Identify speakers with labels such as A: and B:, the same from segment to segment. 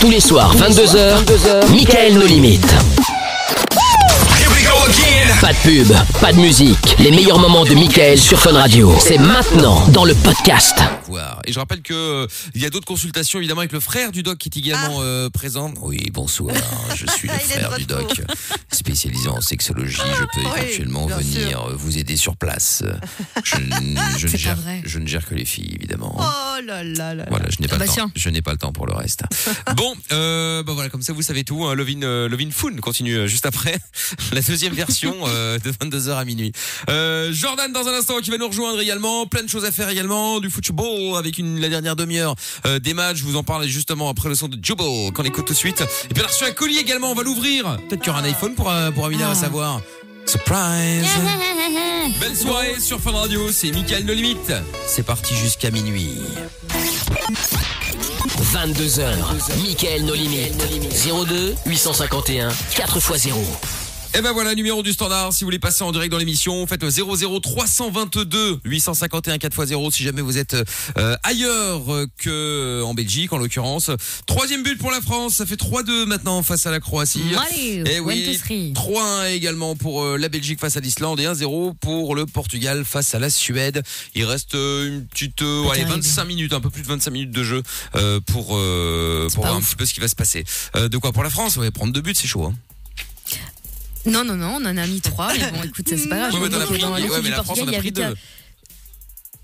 A: Tous les soirs, 22h, Michael nos limites. Pas de pub, pas de musique. Les meilleurs moments de Michael sur Fun Radio. C'est maintenant dans le podcast.
B: Voir. Et je rappelle que euh, il y a d'autres consultations évidemment avec le frère du doc qui est également euh, présent. Oui, bonsoir. Je suis le
C: Ah. Il est de
B: frère du
C: retour.
B: doc spécialisé en sexologie. Je peux
C: Oui,
B: éventuellement
C: bien
B: venir euh, vous aider sur place. Je, n- je ne
D: pas
B: gère,
D: vrai.
B: je ne gère que les filles évidemment.
D: Oh là là là.
B: Voilà, je n'ai pas
D: Ah
B: le
D: bah
B: temps.
D: tiens.
B: Je n'ai pas le temps pour le reste. bon, euh, bah voilà, comme ça vous savez tout. Hein, Lovin, euh, Lovin Fun continue euh, juste après la deuxième version euh, de 22h à minuit. Euh, Jordan dans un instant qui va nous rejoindre également. Plein de choses à faire également, du football avec une, la dernière demi-heure euh, des matchs. Je vous en parle justement après le son de Jobo qu'on écoute tout de suite. Et puis on a reçu un colis également. On va l'ouvrir. Peut-être qu'il y aura un iPhone pour euh, pour
D: Ah.
B: Amina à savoir. Surprise. Belle soirée sur Fun Radio, c'est Mickaël No Limite. C'est parti jusqu'à minuit.
A: 22h, Michael nos limites. 02 851 4x0.
B: Et ben voilà, numéro du standard. Si vous voulez passer en direct dans l'émission, faites le 00 322 851 4x0 si jamais vous êtes euh, ailleurs euh, que en Belgique en l'occurrence. Troisième but pour la France, ça fait 3-2 maintenant face à la Croatie.
E: Allez,
B: et
E: one,
B: oui,
E: two, three.
B: 3-1 également pour euh, la Belgique face à l'Islande et 1-0 pour le Portugal face à la Suède. Il reste euh, une petite euh, allez, 25 minutes, un peu plus de 25 minutes de jeu euh, pour euh, pour
E: pas
B: voir un
E: ouf.
B: petit peu ce qui va se passer. Euh, de quoi pour la France Ouais, prendre deux buts, c'est chaud hein.
E: Non, non, non, on en a mis trois, mais bon, écoute, ça, c'est pas grave.
B: Ouais, mais t'en as
E: Dans
B: pris deux.
E: l'équipe
B: Ouais, mais
E: du
B: la France en a
E: Portugal, il y
B: pris
E: avait
B: deux.
E: qu'à-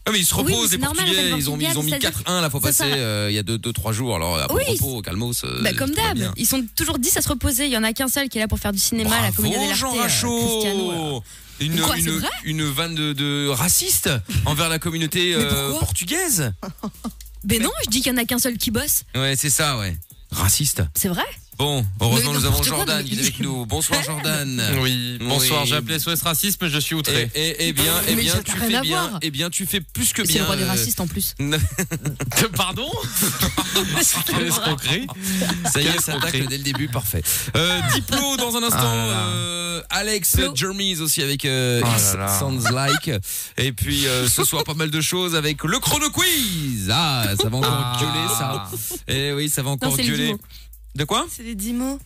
B: Ah, mais ils se
E: Oui, mais
B: reposent,
E: c'est
B: les
E: normal,
B: Portugais.
E: en fait, le
B: ils ont mis, ils ont mis
E: Portugal,
B: 4-1 là, faut
E: c'est-à-dire
B: passer
E: que-
B: euh, il y a 2-3 deux, deux, trois jours. Alors, après
E: Oui,
B: le repos, calmos. euh,
E: Bah, comme
B: tout va
E: d'hab,
B: bien.
E: ils sont toujours 10 à se reposer. Il y en a qu'un seul qui est là pour faire du cinéma, la
B: Bravo,
E: comédie dell'arte.
B: Jean
E: euh, Cristiano, euh.
B: Rachaud une,
E: Quoi, c'est
B: une,
E: vrai
B: une vanne de, de raciste envers la communauté euh, portugaise.
E: Mais non, je dis qu'il y en a qu'un seul qui bosse.
B: Ouais, c'est ça, ouais. Raciste.
E: C'est vrai
B: Bon, heureusement,
E: Mais
B: nous avons
E: n'importe quoi,
B: Jordan
E: mais-
B: qui est avec nous. Bonsoir, Jordan.
F: Euh, Oui, bonsoir,
B: Oui.
F: j'ai appelé SOS Racisme, je suis
B: Eh,
F: outré.
B: eh, eh bien, eh
E: Mais
B: bien,
E: ça
B: tu
E: n'a rien
B: fais
E: à
B: bien,
E: voir.
B: eh bien, tu fais plus que
E: C'est le
B: bien.
E: roi des
B: euh,
E: racistes en plus.
F: Pardon Quelle escroquerie
B: Ça y est,
F: Quelle
B: ça
F: escroquerie.
B: tacle dès le début, parfait. Euh, Diplo dans un instant,
F: Ah là là.
B: euh, Alex
E: Flo.
B: Jermies aussi avec euh,
F: Oh là
B: It
F: là.
B: Sounds Like. Et puis euh, ce soir pas mal de choses avec le chrono quiz. Ah, ça va encore
F: Ah.
B: gueuler ça. Eh oui, ça va encore
E: Non, c'est les dix
B: gueuler.
E: mots.
B: De quoi
D: C'est les 10 mots.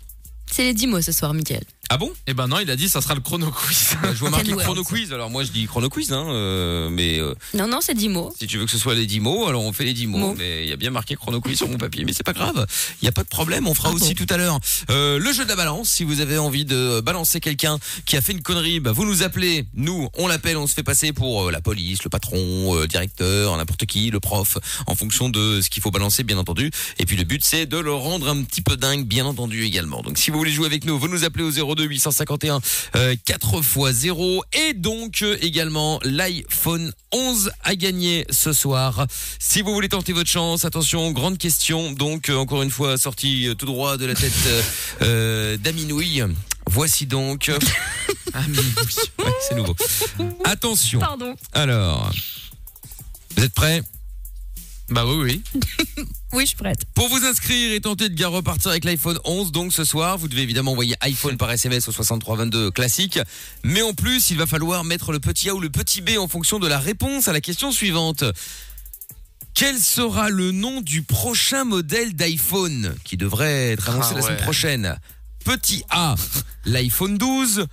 E: C'est les 10 mots ce soir, Mickaël.
B: Ah bon
F: Eh ben non, il a dit ça sera le chrono quiz.
B: Bah, Je vois marqué
E: Quel word.
B: chrono quiz. Alors moi je dis chrono quiz hein, euh, mais euh,
E: Non, non, c'est 10 mots.
B: Si tu veux que ce soit les 10 mots, alors on fait les 10 mots.
E: Mots.
B: Mais il y a bien marqué chrono quiz sur mon papier, mais c'est pas grave. Il y a pas de problème, on fera
E: Ah
B: aussi
E: bon.
B: tout à l'heure. Euh, le jeu de la balance, si vous avez envie de balancer quelqu'un qui a fait une connerie, bah vous nous appelez, nous, on l'appelle, on se fait passer pour euh, la police, le patron, euh, le directeur, n'importe qui, le prof, en fonction de ce qu'il faut balancer, bien entendu. Et puis le but, c'est de le rendre un petit peu dingue, bien entendu également. Donc si vous voulez jouer avec nous, vous nous appelez au 02 851 euh, 4 x 0 et donc euh, également l'iPhone 11 à gagner ce soir. Si vous voulez tenter votre chance, attention, grande question. Donc euh, encore une fois sortie euh, tout droit de la tête euh, euh, d'Aminouille. Voici donc Aminouille. Ouais, c'est nouveau. Attention.
E: Pardon.
B: Alors, vous êtes prêts
F: Bah oui, oui.
E: Oui, je suis prête.
B: Pour vous inscrire et tenter de bien repartir avec l'iPhone 11, donc ce soir, vous devez évidemment envoyer iPhone par SMS au 6322 classique. Mais en plus, il va falloir mettre le petit A ou le petit B en fonction de la réponse à la question suivante. Quel sera le nom du prochain modèle d'iPhone qui devrait être annoncé
F: Ah
B: la semaine
F: ouais.
B: prochaine Petit A, l'iPhone 12.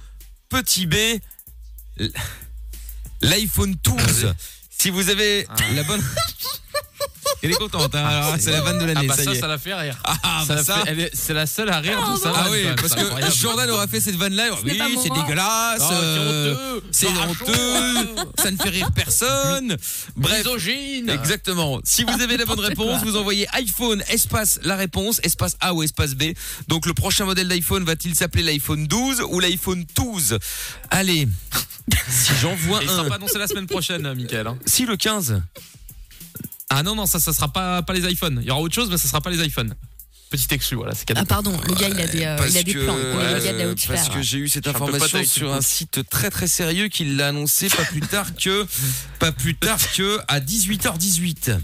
B: Petit B, l- l'iPhone
F: Ah
B: 12. Si vous avez la bonne... Elle est contente, hein, alors, c'est la vanne de
F: Ah
B: l'année,
F: bah
B: ça
F: ça,
B: y est.
F: ça la fait rire.
B: Ah,
F: Ça bah
B: bah
F: la
B: ça.
F: fait- elle est- C'est la seule à rire de ça.
B: Ah oui, parce que Jordan aura fait cette vanne là.
E: n'est
B: Oui,
E: pas mon
B: c'est
E: rang.
B: dégueulasse.
F: Ah,
B: euh, C'est honteux. Ça ne fait rire personne. Bref. Exactement. Si vous avez la bonne réponse, vous envoyez iPhone, espace, la réponse, espace A ou espace B. Donc le prochain modèle d'iPhone va-t-il s'appeler l'iPhone 12 ou l'iPhone 12 Allez, si j'en vois
F: Et il sera
B: un.
F: pas annoncé la semaine prochaine, hein, Mickaël. hein.
B: Si le 15
F: Ah non, non, ça, ça sera pas, pas les iPhones. Il y aura autre chose, mais ça sera pas les iPhones. Petit exclu, voilà, c'est cadeau.
E: Ah, pardon, le gars, il a des, euh,
B: Parce
E: il a des
B: que-
E: plans. Il est le gars de la haute
B: Parce
E: sphère.
B: que j'ai eu cette
F: Je suis un peu pote
B: information
F: avec
B: sur
F: tout le
B: un site très très sérieux qui l'a annoncé pas plus tard que pas plus tard que à 18h18.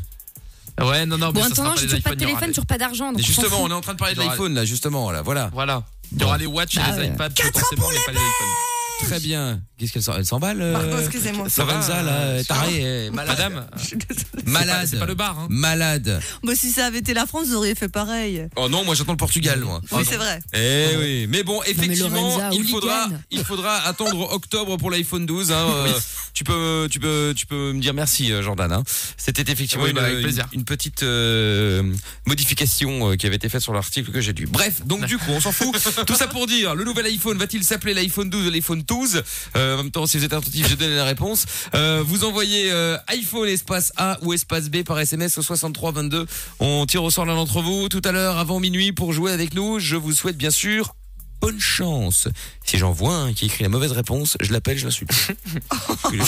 F: Ouais, non, non,
E: Ah. Bon,
F: mais
E: en
F: ça sera
E: attendant,
F: pas
E: j'ai toujours pas de
F: les iPhones, il y aura
E: téléphone,
F: des-
E: toujours pas d'argent. donc
B: Et
E: on s'en
B: justement,
E: fout.
B: on est en train de parler de
F: J'aurais-
B: l'iPhone là, justement là, voilà.
F: Voilà. Il y aura les watches et
E: Bah
F: les
E: ouais.
F: iPads potentiellement, mais pas les iPhones.
B: Très bien. Qu'est-ce qu'elle s'en- Elle s'emballe euh,
D: Pardon, excusez-moi.
F: Ça va,
B: Lorenza, là,
F: euh,
B: euh,
F: ça va
B: tarée, euh, malade.
F: Madame, c'est pas-
B: Malade.
F: c'est pas le bar. hein.
B: Malade.
D: Bon, Bah, si ça avait été la France, vous auriez fait pareil.
B: Oh non, moi j'attends le Portugal, moi.
E: Oh,
D: Oui, c'est vrai.
F: Ah
B: Eh oui, mais bon, effectivement,
E: Lorenza,
B: il faudra,
E: hooligan.
B: il faudra attendre octobre pour l'iPhone 12. hein, euh, tu peux, tu peux, tu peux me dire merci, euh, Jordan. hein. C'était effectivement
F: Oui,
B: une,
F: bah, avec
B: une-
F: plaisir.
B: une petite euh, modification euh, qui avait été faite sur l'article que j'ai lu. Bref, donc du coup, on s'en fout. Tout ça pour dire, le nouvel iPhone va-t-il s'appeler l'iPhone 12 ou l'iPhone 12 Euh, En même temps, si vous êtes attentif, je donne la réponse. Euh, vous envoyez euh, iPhone espace A ou espace B par SMS au 63 22. On tire au sort l'un d'entre vous tout à l'heure avant minuit pour jouer avec nous. Je vous souhaite bien sûr bonne chance. Si j'en vois un qui écrit la mauvaise réponse, je l'appelle, je l'insulte. que, les-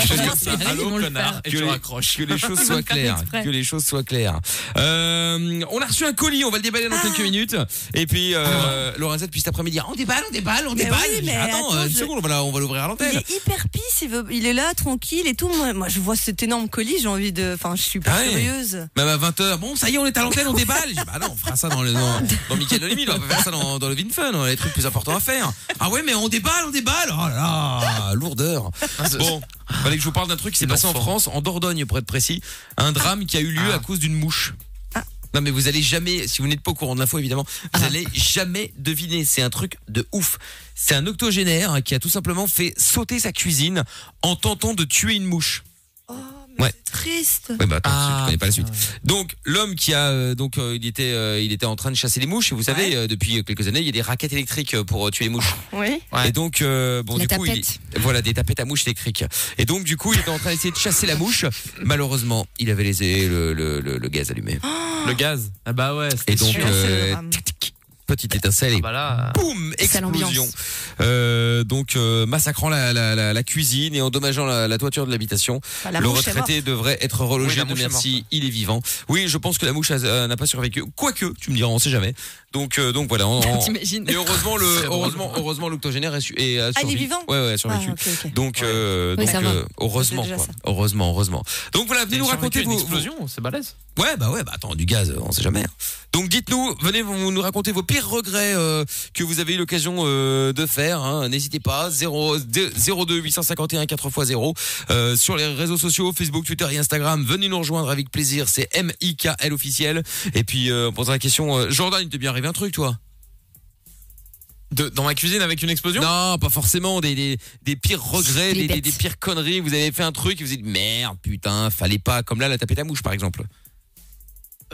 F: Je te
E: Allez,
F: dis,
E: ils
F: Allô,
E: vont le
F: connard,
E: faire.
F: et
B: Que
F: tu
B: les-
F: raccroches.
B: que les choses
E: Ils vont
B: soient
E: le faire
B: claires.
E: exprès.
B: Que les choses soient claires. Euh, on a reçu un colis, on va le déballer dans
D: Ah.
B: quelques minutes. Et puis euh, Lorenza depuis cet après-midi, ah, on déballe, on déballe, on
D: Mais
B: déballe.
D: oui, mais
B: attends,
D: attends,
B: une
D: je-
B: seconde, on va la- on va l'ouvrir à
D: Il
B: l'antenne.
D: est hyper pisse, il, veut- il est là, tranquille et tout. Moi, moi, je vois cet énorme colis, j'ai envie de. Enfin, je suis pas
B: Ah ouais.
D: curieuse.
B: Même à 20h, bon, ça y est, on est à l'antenne, on déballe. Je dis, bah non, on fera ça dans le, dans, dans Michael Olimi, on va pas faire ça dans, dans le VinFun, on a les trucs plus importants à faire. Ah ouais, mais on déballe, on déballe. Oh là là, lourdeur. Bon. Fallait que je vous parle d'un truc qui s'est passé en
F: L'enfant.
B: France, en Dordogne pour être précis, un drame qui a eu lieu
F: Ah.
B: à cause d'une mouche.
D: Ah.
B: Non mais vous allez jamais, si vous n'êtes pas au courant de l'info évidemment, vous allez jamais deviner. C'est un truc de ouf. C'est un octogénaire qui a tout simplement fait sauter sa cuisine en tentant de tuer une mouche.
D: Oh, mais
B: Ouais.
D: c'est triste.
B: Oui, bah attends,
F: Ah,
B: je connais pas la suite. Donc l'homme qui a euh, donc euh, il était euh, il était en train de chasser les mouches et vous savez
D: Ouais.
B: euh, depuis quelques années il y a des raquettes électriques euh, pour euh, tuer les mouches.
D: Oui.
F: Ouais.
B: Et donc euh, bon
E: La
B: du coup il-
E: tapette.
B: voilà des tapettes à mouches électriques. Et donc du coup il était en train d'essayer de chasser la mouche. Malheureusement il avait les le le, le, le gaz allumé.
F: Le gaz. Ah bah ouais.
B: Et
F: c'était
B: donc
F: sûr.
D: c'est
B: euh,
D: le drame.
B: tic, tic, petite étincelle
F: Ah
B: et
F: bah là.
B: boum
E: Sale
B: explosion.
E: ambiance.
B: Euh, donc euh, massacrant la, la, la, la cuisine et endommageant la- la toiture de l'habitation.
D: Enfin, la
B: le
D: mouche est morte.
B: retraité devrait être
F: Oui,
B: relogé
F: la
B: de
F: mouche est
B: merci, il est vivant. Oui, je pense que la mouche a- euh, n'a pas survécu. Quoique, tu me diras, on sait jamais. Donc, euh, donc voilà. on- on-
E: T'imagines
B: Et heureusement, le,
F: C'est drôle.
B: heureusement, heureusement, l'octogénaire est, su- est a
D: Ah, il est
B: survécu.
D: vivant
B: Ouais, ouais, a
D: Ah,
B: survécu.
D: ok, ok.
B: Donc, euh,
E: Oui,
B: donc
E: ça va.
B: euh, heureusement,
D: C'est déjà
B: quoi.
D: ça.
B: heureusement, heureusement. Donc voilà, venez nous raconter
F: une
B: vos, vos-
F: explosion, c'est balèze.
B: Ouais, bah ouais, bah attends, du gaz, euh, on sait jamais. hein. Donc dites-nous, venez vous nous raconter vos pires regrets euh, que vous avez eu l'occasion euh, de faire. hein. N'hésitez pas, 0, 02 851 4x0 euh, sur les réseaux sociaux, Facebook, Twitter et Instagram. Venez nous rejoindre avec plaisir, c'est M-I-K-L officiel. Et puis, euh, on posera la question, euh, Jordan, il t'est bien arrivé un truc, toi
F: De- dans ma cuisine avec une explosion
B: Non, pas forcément, des, des, des pires regrets,
E: Il est
B: des, des-
E: bête.
B: des pires conneries. Vous avez fait un truc et vous dites, merde, putain, fallait pas, comme là, la taper la mouche, par exemple.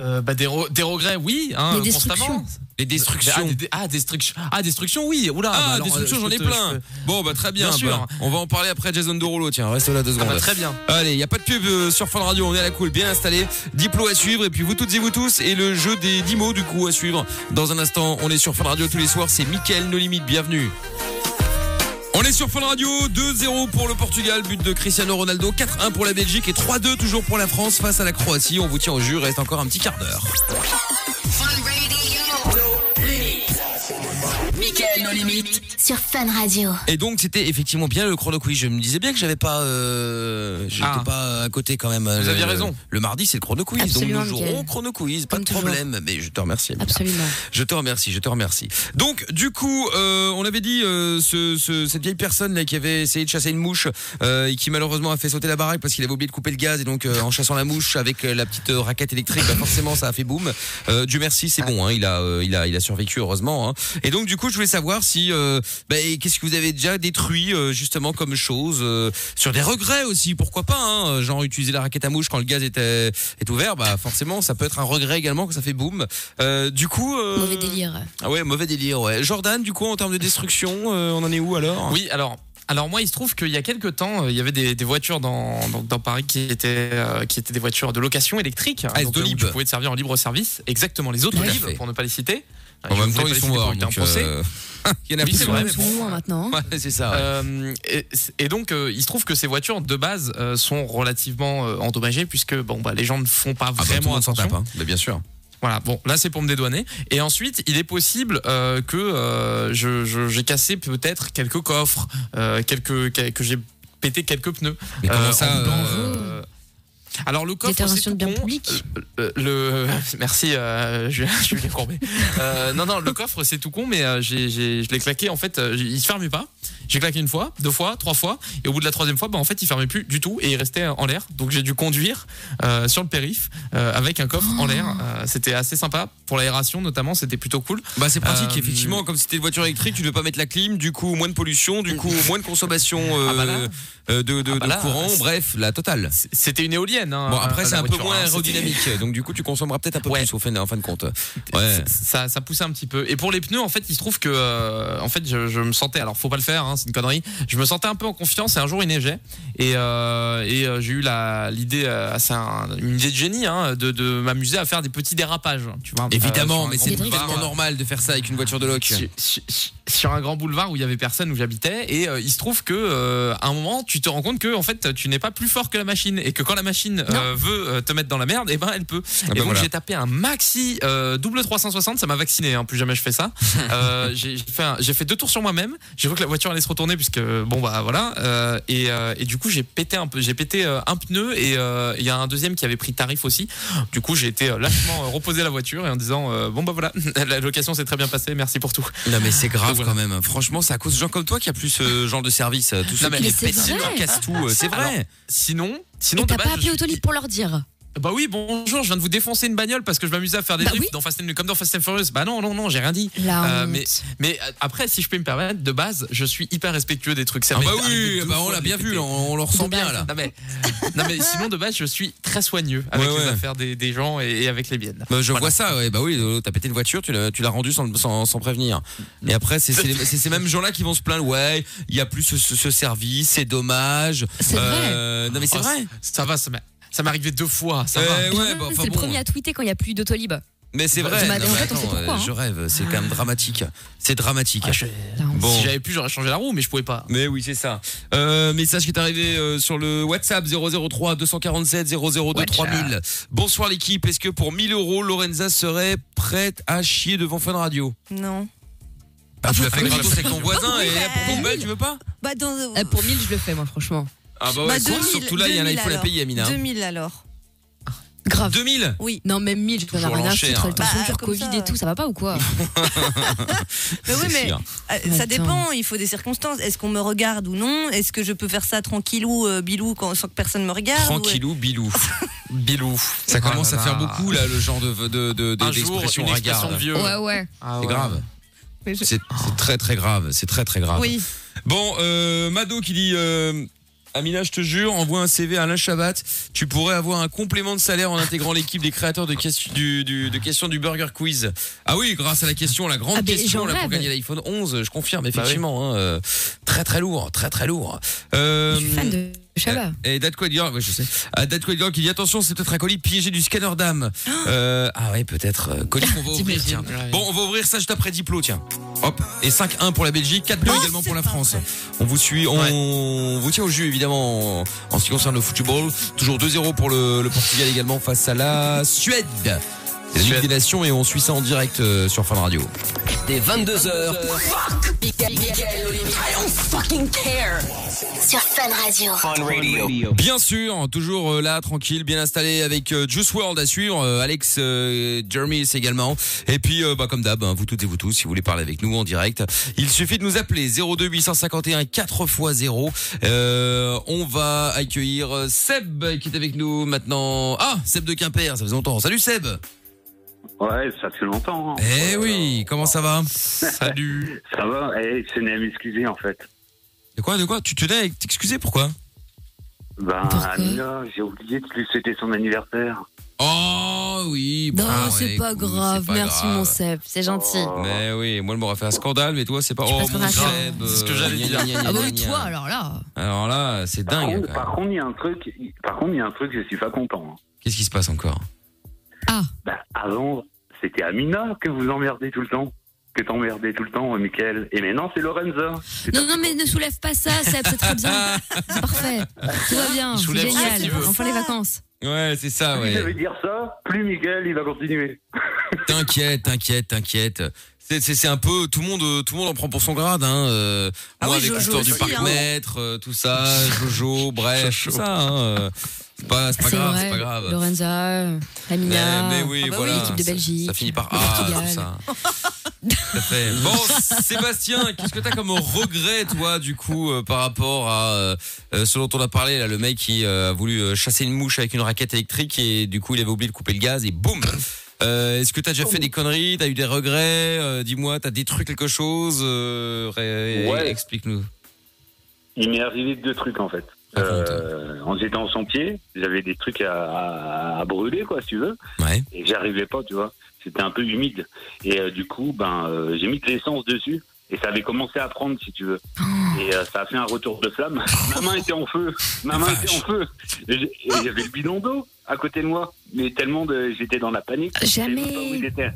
F: Euh, bah, des, re- des regrets, oui, hein,
E: Des
F: constamment.
B: Les
F: Ah,
B: destructions.
F: des- des- ah, destruction. Ah, destruction, oui. Oula.
B: Ah,
F: bah alors,
B: destruction,
F: euh,
B: j'en
F: je
B: ai
F: te-
B: plein.
F: je te-
B: Bon, bah très bien.
F: Bien sûr.
B: bah, on va en parler après Jason Derulo. Tiens, reste là deux
F: Ah
B: secondes.
F: bah, très bien.
B: Allez, il y a pas de pub euh, sur Fun Radio, on est à la cool, bien installé. Diplo à suivre et puis vous toutes et vous tous et le jeu des 10 mots du coup à suivre. Dans un instant, on est sur Fun Radio tous les soirs, c'est Mickaël No Limite, bienvenue. On est sur Fun Radio, 2-0 pour le Portugal, but de Cristiano Ronaldo, 4-1 pour la Belgique et 3-2 toujours pour la France face à la Croatie. On vous tient au jus, reste encore un petit quart d'heure.
A: Mickaël nos limites.
C: Sur Fun Radio.
B: Et donc c'était effectivement bien le chrono quiz. Je me disais bien que j'avais pas, euh, j'étais
F: Ah.
B: pas à côté quand même. Vous
F: aviez raison.
B: Le mardi c'est le chrono quiz,
E: Absolument,
B: donc nous jouerons
E: Mickaël.
B: au chrono quiz, pas
E: Comme
B: de problème. Mais je te remercie. Amina.
E: Absolument.
B: Je te remercie, je te remercie. Donc du coup, euh, on avait dit euh, ce- ce- cette vieille personne là qui avait essayé de chasser une mouche euh, et qui malheureusement a fait sauter la baraque parce qu'il avait oublié de couper le gaz et donc euh, en chassant la mouche avec euh, la petite euh, raquette électrique, bah, forcément ça a fait boum. Euh, Dieu merci, c'est bon, hein, il a euh, il a il a survécu heureusement. hein. Et donc du coup, je voulais savoir si euh, bah, et qu'est-ce que vous avez déjà détruit euh, justement comme chose euh, sur des regrets aussi, pourquoi pas hein, genre utiliser la raquette à mouche quand le gaz était est ouvert, bah forcément ça peut être un regret également quand ça fait boum. Euh, du coup euh,
E: Mauvais délire.
B: ah ouais, mauvais délire, ouais. Jordan, du coup, en termes de destruction, euh, on en est où alors
F: Oui, alors. Alors moi, il se trouve qu'il y a quelques temps, euh, il y avait des, des voitures dans, donc dans Paris qui étaient, euh, qui étaient des voitures de location électrique.
B: Ah,
F: donc,
B: de
F: euh, où
B: libre.
F: tu pouvais te servir en libre service. Exactement, les autres
B: Tout à
F: libres,
B: fait.
F: pour ne pas les citer.
B: En
F: Je
B: même
F: voulais
B: temps,
F: pas les
B: ils
F: citer
B: sont
F: pour
B: morts.
F: éviter un
B: donc,
F: procès.
B: euh, Il y en a
F: Oui,
B: plus,
F: c'est vrai,
B: ouais.
E: Ils sont loin maintenant. hein.
B: Ouais, c'est ça. ouais.
F: Euh, et, et donc, euh, il se trouve que ces voitures de base euh, sont relativement euh, endommagées puisque bon bah les gens ne font pas
B: Ah bah, tout le
F: vraiment
B: monde s'en
F: attention.
B: tape, hein. Mais bien sûr.
F: Voilà. Bon, là c'est pour me dédouaner. Et ensuite, il est possible euh, que euh, je- je- j'ai cassé peut-être quelques coffres, euh, quelques que, que j'ai pété quelques pneus.
B: Mais
F: Euh,
B: comment ça
F: en-
B: euh,
F: euh, Alors le coffre,
E: Détermination
F: c'est
E: de
F: tout
E: bien
F: con.
E: public.
F: Euh, le merci euh, Julien Julien Courbet. Euh, non non le coffre c'est tout con mais euh, j'ai- j'ai- je l'ai claqué en fait euh, j'ai- il se fermait pas. J'ai claqué une fois, deux fois, trois fois et au bout de la troisième fois bah en fait il fermait plus du tout et il restait en l'air donc j'ai dû conduire euh, sur le périph euh, avec un coffre en l'air. Euh, c'était assez sympa pour l'aération notamment c'était plutôt cool.
B: Bah c'est pratique
F: Euh,
B: effectivement comme c'était une voiture électrique tu ne veux pas mettre la clim du coup moins de pollution du coup moins de consommation euh,
F: Ah bah là.
B: euh, de, de-
F: Ah bah
B: de
F: là,
B: courant
F: c'est-
B: bref la totale.
F: C- C'était une éolienne. hein,
B: Bon après
F: la
B: c'est un peu
F: voiture,
B: moins
F: hein, c'était-
B: aérodynamique donc du coup tu consommeras peut-être un peu
F: Ouais.
B: plus au fin, en fin de compte. Ouais.
F: ça, ça poussait un petit peu. Et pour les pneus, en fait, il se trouve que, euh, en fait, je, je me sentais. Alors, faut pas le faire, hein, c'est une connerie. Je me sentais un peu en confiance. Et un jour, il neigeait. Et, euh, et euh, j'ai eu la l'idée, euh, c'est un- une idée de génie, hein, de, de m'amuser à faire des petits dérapages. Tu vois.
B: Évidemment
F: euh, sur un
B: mais
F: grand
B: c'est
E: boulevard,
B: totalement
F: euh,
B: normal de faire ça avec une voiture de loc.
F: sur, sur- sur un grand boulevard où il y avait personne où j'habitais et euh, il se trouve que euh, à un moment tu te rends compte que en fait tu n'es pas plus fort que la machine et que quand la machine euh, veut euh, te mettre dans la merde et ben elle peut et
B: bah
F: donc
B: voilà.
F: j'ai tapé un maxi euh, double 360 ça m'a vacciné hein, plus jamais je fais ça Euh, j'ai j'ai fait un- j'ai fait deux tours sur moi-même j'ai vu que la voiture allait se retourner puisque bon bah voilà Euh, et, euh, et du coup j'ai pété un peu j'ai pété euh, un pneu et euh, il y a un deuxième qui avait pris tarif aussi du coup j'ai été euh, lâchement euh, reposer la voiture et en disant euh, bon bah voilà la location s'est très bien passée merci pour tout
B: Non mais c'est grave
F: Donc,
B: quand même. Franchement c'est à cause de gens comme toi qu'il y a plus ce genre de service. euh, Tout ceux
F: mais hein,
B: qui les
E: c'est
B: pètent,
E: vrai.
B: leur cassent tout. euh, C'est vrai.
F: Alors, Sinon, sinon
E: Et
F: de
E: t'as
F: base,
E: pas
F: je
E: appelé
F: suis-
E: Autolib pour leur dire
F: Bah oui, bonjour, je viens de vous défoncer une bagnole parce que je m'amusais à faire des
E: Bah
F: drifts
E: oui.
F: dans Fast and- comme dans Fast and Furious. Bah non, non, non, j'ai rien dit.
E: La
F: Euh,
E: honte.
F: mais, mais euh, après, si je peux me permettre, de base, je suis hyper respectueux des trucs. Ça
B: Ah
F: m'est
B: bah
F: arrivé
B: oui
F: deux
B: bah on
F: fois
B: l'a
F: de
B: bien
F: les
B: vu
F: péter.
B: on, on le ressent
E: De
B: bien
E: base.
B: là.
F: Non mais, non mais sinon de base je suis très soigneux avec
B: Ouais,
F: les
B: ouais.
F: affaires des, des gens et, et avec les miennes.
B: Bah, je vois ça, ouais. bah oui, euh, t'as pété une voiture, tu l'as, tu l'as rendue sans, sans, sans prévenir. Et après, c'est, c'est les- c'est ces mêmes gens-là qui vont se plaindre, ouais, il y a plus ce, ce- ce service, c'est dommage.
E: C'est
B: Euh, Non mais c'est
F: Oh,
B: vrai.
F: Ça va, ça m'est ça m'est arrivé deux fois, ça va.
B: Euh, ouais,
E: Mmh,
B: bah, enfin,
E: c'est le
B: bon.
E: premier à tweeter quand il n'y a plus d'Autolib.
B: Mais c'est vrai.
E: Bah,
B: Non,
E: en
B: mais
E: fait, on sait
B: attends,
E: pourquoi,
B: euh,
E: hein.
B: Je rêve, c'est quand même dramatique. C'est dramatique.
F: Ah, je-
E: La honte.
B: Bon.
F: Si j'avais pu, j'aurais changé la roue, mais je pouvais pas.
B: Mais oui, c'est ça. Euh, message qui est arrivé euh, sur le WhatsApp 003 247 002 3000. Bonsoir l'équipe, est-ce que pour 1000 euros, Lorenza serait prête à chier devant Fun Radio
D: Non.
B: ah, Tu l'as fait
F: oui.
B: gratos avec ton voisin
D: Oui,
B: et là, pour ton
D: bah,
B: bel, tu veux pas
D: Bah, dans.
E: Euh, pour 1000, je le fais, moi, franchement.
B: Ah bah Eh, ouais,
D: bah,
B: sur-
D: 2000,
B: surtout là, il y en a, il faut la
D: 2000
B: payer, Amina. hein.
D: 2000 alors.
E: Grave.
B: 2000
D: Oui.
E: Non, même 1000, je dois
B: Toujours
E: avoir rien à
B: l'enchère.
E: foutre. Le temps
D: Bah,
E: sont durs,
D: comme ça,
E: Covid et tout, ça va pas ou quoi
D: Mais oui,
B: C'est
D: mais
B: sûr.
D: euh,
E: Mais
D: ça
E: attends.
D: dépend. Il faut des circonstances. Est-ce qu'on me regarde ou non Est-ce que je peux faire ça tranquillou, euh, bilou, quand, sans que personne me regarde
B: Tranquillou, bilou.
F: Bilou.
B: Ça commence
F: Ah là
B: à faire
F: là.
B: beaucoup, là, le genre de, de, de, de-
F: Un jour,
B: d'expression
F: une expression
B: regarde.
F: de vieux.
E: Ouais, ouais.
F: Ah
B: C'est
F: ouais.
B: grave.
D: Mais je-
B: C'est c'est très très grave, c'est très très grave.
D: Oui.
B: Bon, euh, Mado qui dit euh, Amina, je te jure, envoie un CV à Alain Chabat. Tu pourrais avoir un complément de salaire en intégrant l'équipe des créateurs de, question- du, du- de questions du Burger Quiz. Ah oui, grâce à la question, la grande
E: Ah, mais
B: question
E: j'en
B: là, pour
E: rêve.
B: gagner l'iPhone 11, je confirme, effectivement. hein, euh, très très lourd, très très lourd. Euh,
E: Je suis fan de Shabba.
B: et Dad Quadigor, oui, je sais. Ah, Dad Quadigor qui dit attention, c'est peut-être un colis piégé du scanner d'âme. Euh, ah ouais, peut-être. euh, colis qu'on va ouvrir, tiens.
F: Oh. T'imagines. Ouais.
B: Bon, on va ouvrir ça juste après Diplo, tiens. Hop. Et 5-1 pour la Belgique, 4-2
F: Oh,
B: également pour la France. On vous suit, on vous tient au jus, évidemment, en- en ce qui concerne le football. Toujours 2-0 pour le, le Portugal également face à la Suède. C'est la Ligue
F: Suède.
B: des Nations et on suit ça en direct euh, sur Fun Radio.
A: Dès 22h.
C: sur Fun Radio.
B: Bien sûr, toujours euh, là, tranquille, bien installé avec euh, Juice World à suivre, euh, Alex euh, Jermis également. Et puis, euh, bah, comme d'hab, hein, vous toutes et vous tous, si vous voulez parler avec nous en direct, il suffit de nous appeler 02 851 4 x 0. Euh, on va accueillir euh, Seb qui est avec nous maintenant. Ah, Seb de Quimper, ça faisait longtemps. Salut Seb
G: Ouais, ça fait longtemps. hein.
B: Eh oui, comment ça va
F: Salut.
G: Ça va, eh, je tenais à m'excuser en fait.
B: De quoi, de quoi Tu tenais à t'excuser, pourquoi
G: Ben,
E: Pourquoi
G: Amina, j'ai oublié de lui souhaiter son anniversaire.
B: Oh oui, bon,
E: Non,
B: ouais,
E: c'est pas
B: cool,
E: grave.
B: c'est pas
E: Merci,
B: grave.
E: mon Seb. C'est gentil.
G: Oh.
B: Mais oui, moi, elle m'aurait fait un scandale, mais toi, c'est pas.
E: Tu
B: Oh,
E: passes pour
B: mon
E: un
B: Seb.
E: scandale.
B: euh,
F: C'est ce que j'allais
B: gna, gna,
F: dire.
B: gna,
E: Ah bah
B: gna,
E: oui,
B: gna.
E: toi, alors là.
B: Alors là, c'est
G: Par
B: dingue.
G: contre,
B: quand même.
G: par contre, il y a un truc, par contre, il y a un truc, je suis pas content. hein.
B: Qu'est-ce qui se passe encore
G: Ben, avant, c'était Amina que vous emmerdez tout le temps. Que t'emmerdais tout le temps, euh, Mickaël. Et maintenant, c'est Lorenza. C'est
E: Non,
G: ta-
E: non, mais ne soulève pas ça, Seb. C'est très bien. C'est parfait. Tout va bien.
F: Il
E: C'est
F: soulève ce qu'il
E: génial.
F: veut.
E: Enfin, les vacances.
B: Ouais, c'est ça,
G: Plus je vais
B: ouais.
G: dire ça, plus Mickaël, il va continuer.
B: t'inquiète, t'inquiète, t'inquiète. C'est- C'est c'est un peu tout le monde euh, tout le monde en prend pour son grade hein. euh,
D: Ah
B: moi
D: oui,
B: avec
D: Jojo
E: hein.
B: l'histoire du
D: aussi,
B: parc
D: hein.
B: maître euh, tout ça Jojo bref tout ça hein, euh, C'est pas, c'est pas
E: C'est
B: grave,
E: vrai.
B: c'est pas grave.
E: Lorenza, euh, Lamina,
B: Eh, Mais, mais oui,
E: ah bah
B: voilà.
E: l'équipe de
B: ça-
E: Belgique.
B: Ça, finit par
E: le
B: A,
E: Portugal.
B: tout ça. Tout à fait. Bon, Sébastien, qu'est-ce que t'as comme regret, toi, du coup, euh, par rapport à euh, euh, ce dont on a parlé, là, le mec qui euh, a voulu euh, chasser une mouche avec une raquette électrique et du coup, il avait oublié de couper le gaz et boum Euh, Est-ce que t'as déjà fait des conneries T'as eu des regrets Euh, Dis-moi, t'as détruit quelque chose Euh, ré-
G: Ouais.
B: Explique-nous.
G: Il m'est arrivé deux trucs en fait. Euh, en étant sans pied, j'avais des trucs à, à- à brûler quoi, si tu veux.
B: Ouais.
G: Et j'arrivais pas, tu vois. C'était un peu humide. Et euh, du coup, ben, euh, j'ai mis de l'essence dessus. Et ça avait commencé à prendre, si tu veux.
E: Oh.
G: Et euh, ça a fait un retour de flamme. Ma main était en feu. Ma main était en feu. Et j'ai- et j'avais le bidon d'eau à côté de moi. Mais tellement de, j'étais dans la panique. je savais
E: Jamais.
G: même pas où il était.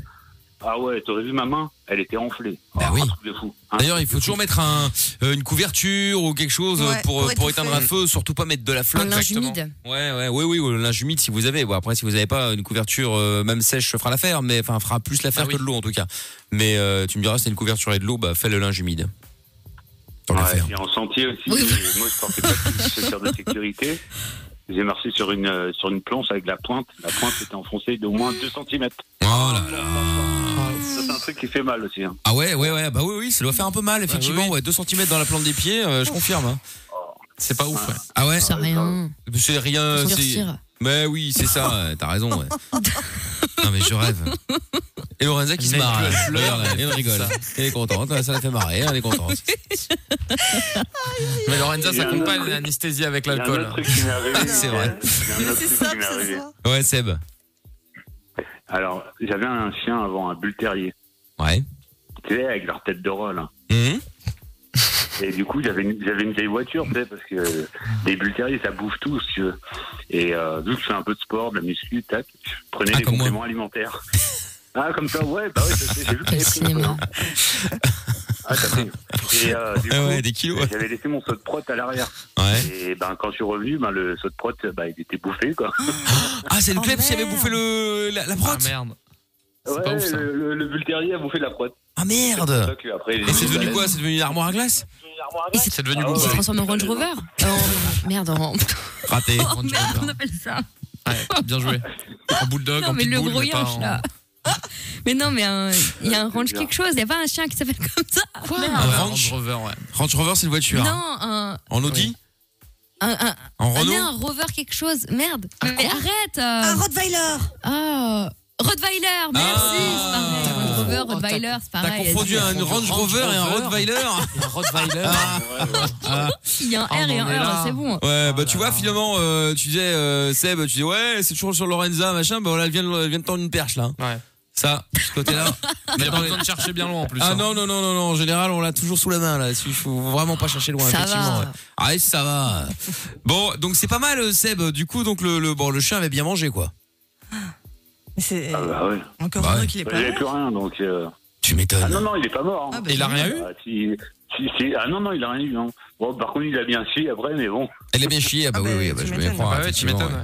G: Ah ouais, t'aurais vu ma main Elle était enflée.
B: Bah
G: Ah,
B: oui.
G: Un truc de fou. Un
B: D'ailleurs,
G: truc
B: il faut
G: de fou.
B: toujours mettre un, euh, une couverture ou quelque chose euh, pour,
D: Ouais, pour
B: euh, pour
D: étouffer.
B: éteindre un feu. Surtout pas mettre de la flotte.
E: Un linge
B: exactement.
E: humide.
B: Ouais, ouais, oui, oui, ou le linge humide si vous avez. Bon, après, si vous n'avez pas une couverture, euh, même sèche, fera l'affaire, mais enfin, fera plus l'affaire
F: Ah oui.
B: que de l'eau en tout cas. Mais euh, tu me diras, c'est une couverture et de l'eau, bah, fais le linge humide. Tant qu'à
G: Ouais,
B: faire.
G: et en sentier aussi.
E: Oui.
G: Et Moi, je portais pas de chaussures de sécurité. J'ai marché sur une, euh, sur une planche avec la pointe. La pointe était enfoncée d'au moins 2 cm.
B: Oh là là.
G: C'est un truc qui fait mal aussi. hein.
B: Ah ouais, ouais, ouais, bah oui, oui, ça doit faire un peu mal, effectivement.
F: oui.
B: Ouais, 2 cm dans la plante des pieds, euh, je confirme. hein.
F: C'est pas ouf, ouais.
B: Ah ouais
E: Ça rien.
B: C'est rien.
E: Faut
B: c'est-
E: sortir.
B: Mais oui, c'est ça, euh, t'as raison. ouais. Non, mais je rêve. Et Lorenza qui se
F: Mec,
B: marre.
F: elle
B: elle.
F: pleure,
B: Regarde, elle rigole. Elle est contente, ça la fait marrer, hein, elle est contente.
F: Mais Lorenza,
G: Il y a
F: sa
G: un
F: compagne,
G: autre-
F: elle est anesthésie avec
G: Il y a un
F: l'alcool.
G: autre truc qui m'est arrivé.
B: C'est vrai.
G: Il y a un
D: Mais
G: autre
D: c'est
G: truc qui
D: simple,
G: m'est
D: c'est
G: arrivé.
D: ça.
B: Ouais, Seb.
G: Alors, j'avais un chien avant, un bull terrier.
B: Ouais.
G: Tu sais, avec leur tête de rôle. hein.
B: Mhm.
G: Et du coup, j'avais une, j'avais une vieille voiture, tu sais, parce que euh, les bull terriers, ça bouffe tout, si tu veux. Et euh, vu que je fais un peu de sport, de la muscu, tac, je prenais
B: Ah,
G: des
B: comme moi.
G: compléments alimentaires. Ah, comme ça, ouais, bah ouais, je sais, j'ai vu que
E: Quel
G: t'avais pris une
E: cinéma.
G: Ah, t'as pris. Et euh, du coup,
B: Ah ouais, des kilos. ouais.
G: j'avais laissé mon saut de prot à l'arrière.
B: Ouais.
G: Et ben, quand je suis revenu, ben, le saut de prot, ben, il était bouffé, quoi.
B: Ah, c'est le
D: Oh,
B: club qui avait
D: merde.
B: bouffé le, la, la
F: Ah
B: prot
F: merde. C'est
G: Ouais,
F: pas ouf, ça.
G: le, le, le bull terrier a bouffé de la prot.
B: Ah
G: C'est
B: merde
G: pour ça que après, il
B: Et c'est
G: est
B: devenu
G: balèze.
B: quoi C'est devenu une armoire à glace
F: C'est devenu
G: Ah
E: Il
F: bon.
E: s'est
G: ouais.
E: transformé en Range Rover. En- Merde, en.
B: Raté.
E: Oh merde, on appelle ça.
F: Ouais, bien joué. En bulldog,
E: Non,
F: en
E: mais le
F: pitbull,
E: gros
F: mais pas
E: yanche,
F: en-
E: là. Mais non, mais un- il y a un range
G: bizarre.
E: quelque chose. Il n'y a pas un chien qui s'appelle comme ça.
F: Ah
E: Merde.
F: ouais,
B: Ranch.
F: Range Rover, ouais.
B: Range Rover, c'est une voiture.
E: Non, Ah, un,
B: En Audi
F: Oui.
E: un, un,
B: En
E: un,
B: Renault
E: un rover quelque chose. Merde. mais arrête.
D: Un
E: euh,
D: Rottweiler
E: ah, Rottweiler, merci.
B: Ah.
E: c'est pareil. Range Rover,
F: Oh, t'as-
E: Rottweiler, Ah, c'est
B: T'as
E: pareil.
B: confondu
F: elle a dit
B: un
F: qu'elle
B: Range
F: confond
B: Rover et un
F: Rover.
B: Rottweiler
F: Et un Rottweiler.
E: Il y a un
F: Ah, on
E: R et
F: en est
E: un
F: là.
E: R, c'est bon.
B: Ouais, bah
F: Oh là
B: tu vois,
F: là.
B: finalement, euh, tu disais, euh, Seb, tu disais, ouais, c'est toujours sur Lorenza, machin, bah voilà, elle vient, de- elle vient de tendre une perche là. hein.
F: Ouais.
B: Ça, ce côté-là.
F: Il y a pas besoin de chercher bien loin en plus.
B: Ah
F: hein.
B: non, non, non, non, non, en général, on l'a toujours sous la main là, il faut vraiment pas chercher loin,
E: Ça
B: effectivement.
E: va.
B: ouais. Ah, ouais, ça va. Bon, donc c'est pas mal, euh, Seb, du coup, donc le, le, bon, le chien avait bien mangé quoi.
D: Mais c'est euh,
G: Ah, bah ouais.
D: encore
B: Bah
D: un
B: ouais.
D: qu'il est
G: Bah,
D: pas
G: J'avais
D: là.
G: plus rien, donc. euh,
B: Tu
G: Ah
B: m'étonnes.
G: non, non, il est pas mort. hein.
D: Ah, bah,
F: Et il a rien eu
G: Ah, si- si- si- ah non, non, il a rien eu. Non. Bon, par contre, il a bien chié après, mais bon.
B: Elle a bien chié, ah bah
D: Ah,
B: oui,
D: bah,
B: oui, bah,
D: tu
B: je me
D: m'étonnes.
B: croire.
F: Ah ouais, tu
B: effectivement,
F: m'étonnes.
B: ouais.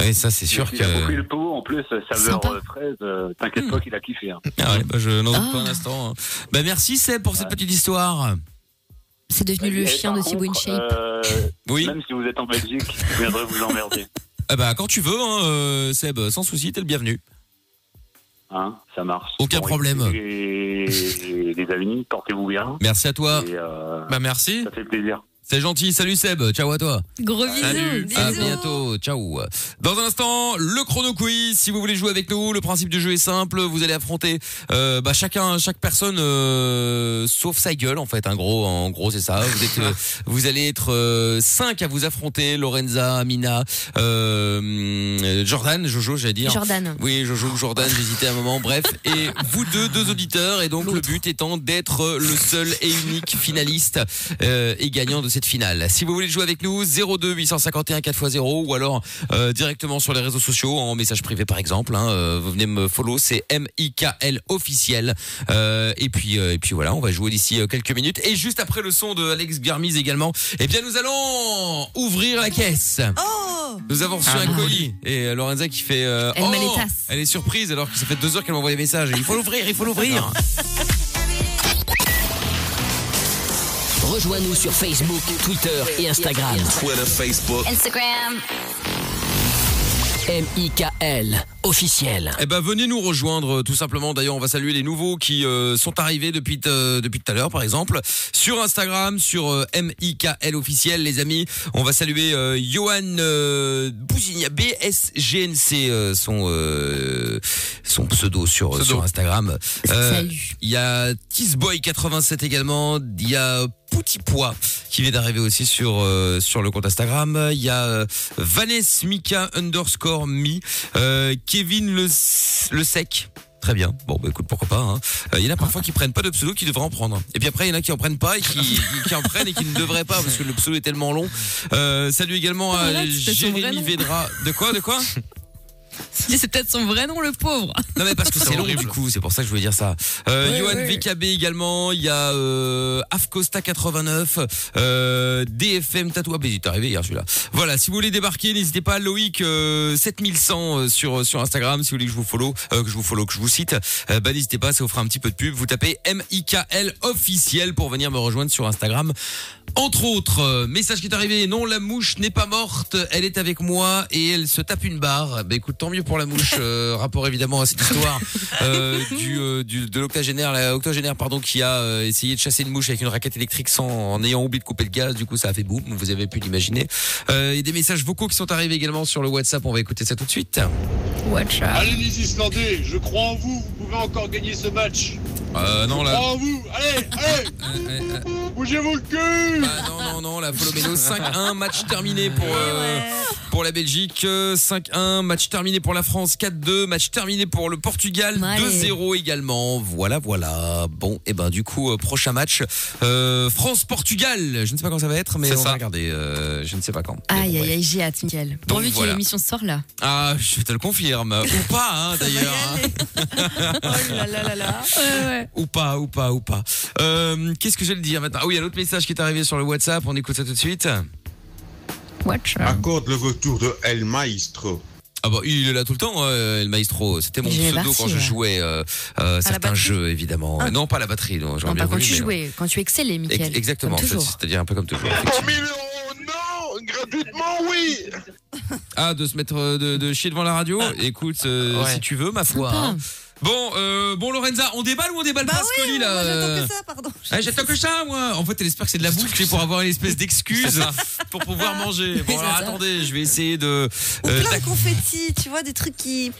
F: ouais.
B: Ouais, ça c'est sûr
G: il a beaucoup
B: que.
G: eu le pot en plus, saveur
E: Sympa.
G: euh, fraise. euh, T'inquiète pas qu'il a kiffé. hein.
B: Ah ouais, bah, je n'en doute
E: Ah.
B: pas un instant. Bah merci Seb pour cette petite histoire.
E: C'est devenu
G: Et
E: le chien
G: par
E: de Thibaut
G: contre,
E: InShape.
G: euh,
B: Oui.
G: Même si vous êtes en Belgique, je viendrai vous emmerder.
B: Ah bah quand tu veux, hein, euh, Seb, sans souci, t'es le bienvenu.
G: Hein, ça marche.
B: Aucun problème.
G: Et et les amis, portez-vous bien.
B: Merci à toi,
G: Et, euh,
F: Bah merci.
G: ça fait plaisir.
B: c'est gentil. Salut Seb, ciao à toi.
E: Gros bisous.
F: Salut.
E: bisous.
B: À bientôt, ciao. Dans un instant, le chrono quiz. Si vous voulez jouer avec nous, le principe du jeu est simple. Vous allez affronter euh, bah, chacun, chaque personne, euh, sauf sa gueule en fait. Un gros, en gros, c'est ça. Vous êtes, euh, vous allez être euh, cinq à vous affronter. Lorenza, Amina, euh, hum, Jordan, Jojo, j'allais dire.
E: Jordan.
B: Oui, Jojo ou Jordan, j'hésitais un moment. Bref, et vous deux, deux auditeurs, et donc le but étant d'être le seul et unique finaliste euh, et gagnant de cette finale. Si vous voulez jouer avec nous, 02 851 4x0 ou alors euh, directement sur les réseaux sociaux en message privé par exemple. hein, euh, vous venez me follow, c'est M I K L officiel. Euh, et puis euh, et puis voilà, on va jouer d'ici euh, quelques minutes et juste après le son de Alex Garmise également. Eh bien, nous allons ouvrir la caisse.
D: Oh
B: Nous avons reçu
F: Ah,
B: un
F: bon.
B: colis et euh, Lorenza qui fait. euh,
E: Elle
B: oh,
E: met les tasses.
B: Elle est surprise alors que ça fait deux heures qu'elle m'envoie des messages. Il faut l'ouvrir, il faut l'ouvrir.
A: Rejoins-nous sur Facebook, Twitter et Instagram.
C: Twitter, Facebook,
H: Instagram,
A: M-I-K-L, officiel.
B: Eh ben venez nous rejoindre euh, tout simplement. D'ailleurs, on va saluer les nouveaux qui euh, sont arrivés depuis euh, depuis tout à l'heure par exemple sur Instagram, sur euh, MIKL officiel les amis. On va saluer euh, Johan euh, Bousigna BSGNC euh, son euh, son pseudo sur
F: Pseudo.
B: sur Instagram. Euh,
E: Salut.
B: il y a Kissboy 87 également. Il y a Poutipois qui vient d'arriver aussi sur euh, sur le compte Instagram. Il y a euh, Vanessa Mika underscore mi. Euh, Kevin le le sec. Très bien. Bon, bah, écoute, pourquoi pas. hein. Euh, il y en a parfois qui prennent pas de pseudo, qui devraient en prendre. Et puis après, il y en a qui en prennent pas et qui, qui- qui en prennent et qui ne devraient pas parce que le pseudo est tellement long. Euh, salut également à
E: Relax, c'est son vrai
B: Jérémy
E: nom.
B: Vedra. De quoi, de quoi
E: C'est peut-être son vrai nom, le pauvre.
B: Non mais parce que c'est long
F: horrible.
B: du coup, c'est pour ça que je voulais dire ça. Euh,
E: Ouais,
B: Johan
E: ouais.
B: VKB également, il y a euh, Afcosta 89, euh, DFM Tatouage, mais il est arrivé hier celui-là. Voilà, si vous voulez débarquer, n'hésitez pas Loïc euh, 7100 euh, sur sur Instagram si vous voulez que je vous follow, euh, que je vous follow, que je vous cite. Euh, bah n'hésitez pas, ça vous fera un petit peu de pub. Vous tapez MIKL officiel pour venir me rejoindre sur Instagram. Entre autres, euh, message qui est arrivé, non, la mouche n'est pas morte, elle est avec moi et elle se tape une barre. Bah écoute, tant mieux pour la mouche, euh, rapport évidemment à cette histoire euh, du, euh, du- de l'octogénaire, la octogénaire pardon, qui a euh, essayé de chasser une mouche avec une raquette électrique sans, en ayant oublié de couper le gaz, du coup ça a fait boum, vous avez pu l'imaginer. Euh, et des messages vocaux qui sont arrivés également sur le WhatsApp, on va écouter ça tout de suite.
E: Watch out.
C: Allez les Islandais, je crois en vous, vous pouvez encore gagner ce match.
B: Euh, non
C: Je
B: là,
C: crois en vous, allez, allez,
B: euh, euh,
C: bougez-vous le cul
B: Ah, non, non, non, la Polomeno 5-1, match terminé
E: Eh
B: pour, euh, pour la Belgique, euh, 5-1, match terminé pour la France, 4-2, match terminé pour le Portugal,
E: Allez.
B: 2-0 également. Voilà, voilà. Bon, et ben du coup, euh, prochain match, euh, France-Portugal. Je ne sais pas quand ça va être, mais
F: C'est
B: on va
F: ça.
B: regarder. euh, je ne sais pas quand. Mais bon,
E: Aïe,
B: bref.
E: aïe, aïe, j'ai hâte, Michael. Pourvu
B: voilà.
E: que l'émission sorte là.
B: Ah, je te le confirme. Ou pas, hein, d'ailleurs. hein.
D: Oh là là là là.
B: Ou pas, ou pas, ou pas. Euh, Qu'est-ce que je vais le dire maintenant Ah oui, il y a l'autre message qui est arrivé sur le WhatsApp. On écoute ça tout de suite.
E: Watch out.
H: Accorde le retour de El Maestro.
B: Ah bah il est là tout le temps, euh, le maestro. C'était mon
E: Il est
B: pseudo
E: parti,
B: quand je
E: ouais.
B: jouais euh, euh, certains
D: batterie
B: jeux évidemment.
E: Ah.
B: Non pas à la batterie, non. j'aurais
E: Non,
B: bien
E: pas quand
B: voulu,
E: tu
B: mais non.
E: jouais, quand tu excellais,
B: Ex-
E: Michael.
B: Exactement,
E: Comme
B: en fait,
E: toujours.
B: c'est-à-dire un peu comme toujours.
C: Pour 1000 euros, non Gratuitement, oui
B: Ah de se mettre euh, de, de chier devant la radio. Écoute, euh,
F: Ouais.
B: si tu veux ma foi.
E: Sympa.
B: hein. Bon, euh, bon Lorenza, on déballe ou on déballe
D: Bah
B: pas ce
D: oui,
B: colis là
D: moi,
B: euh
D: j'attends que ça, pardon.
B: ah, J'attends que ça, moi. En fait, elle espère que c'est de la bouffe c'est pour avoir une espèce d'excuse pour pouvoir manger. Bon,
E: c'est
B: alors,
E: ça.
B: attendez, je vais essayer de
D: Ou
B: euh,
D: plein de confettis, tu vois, des trucs qui.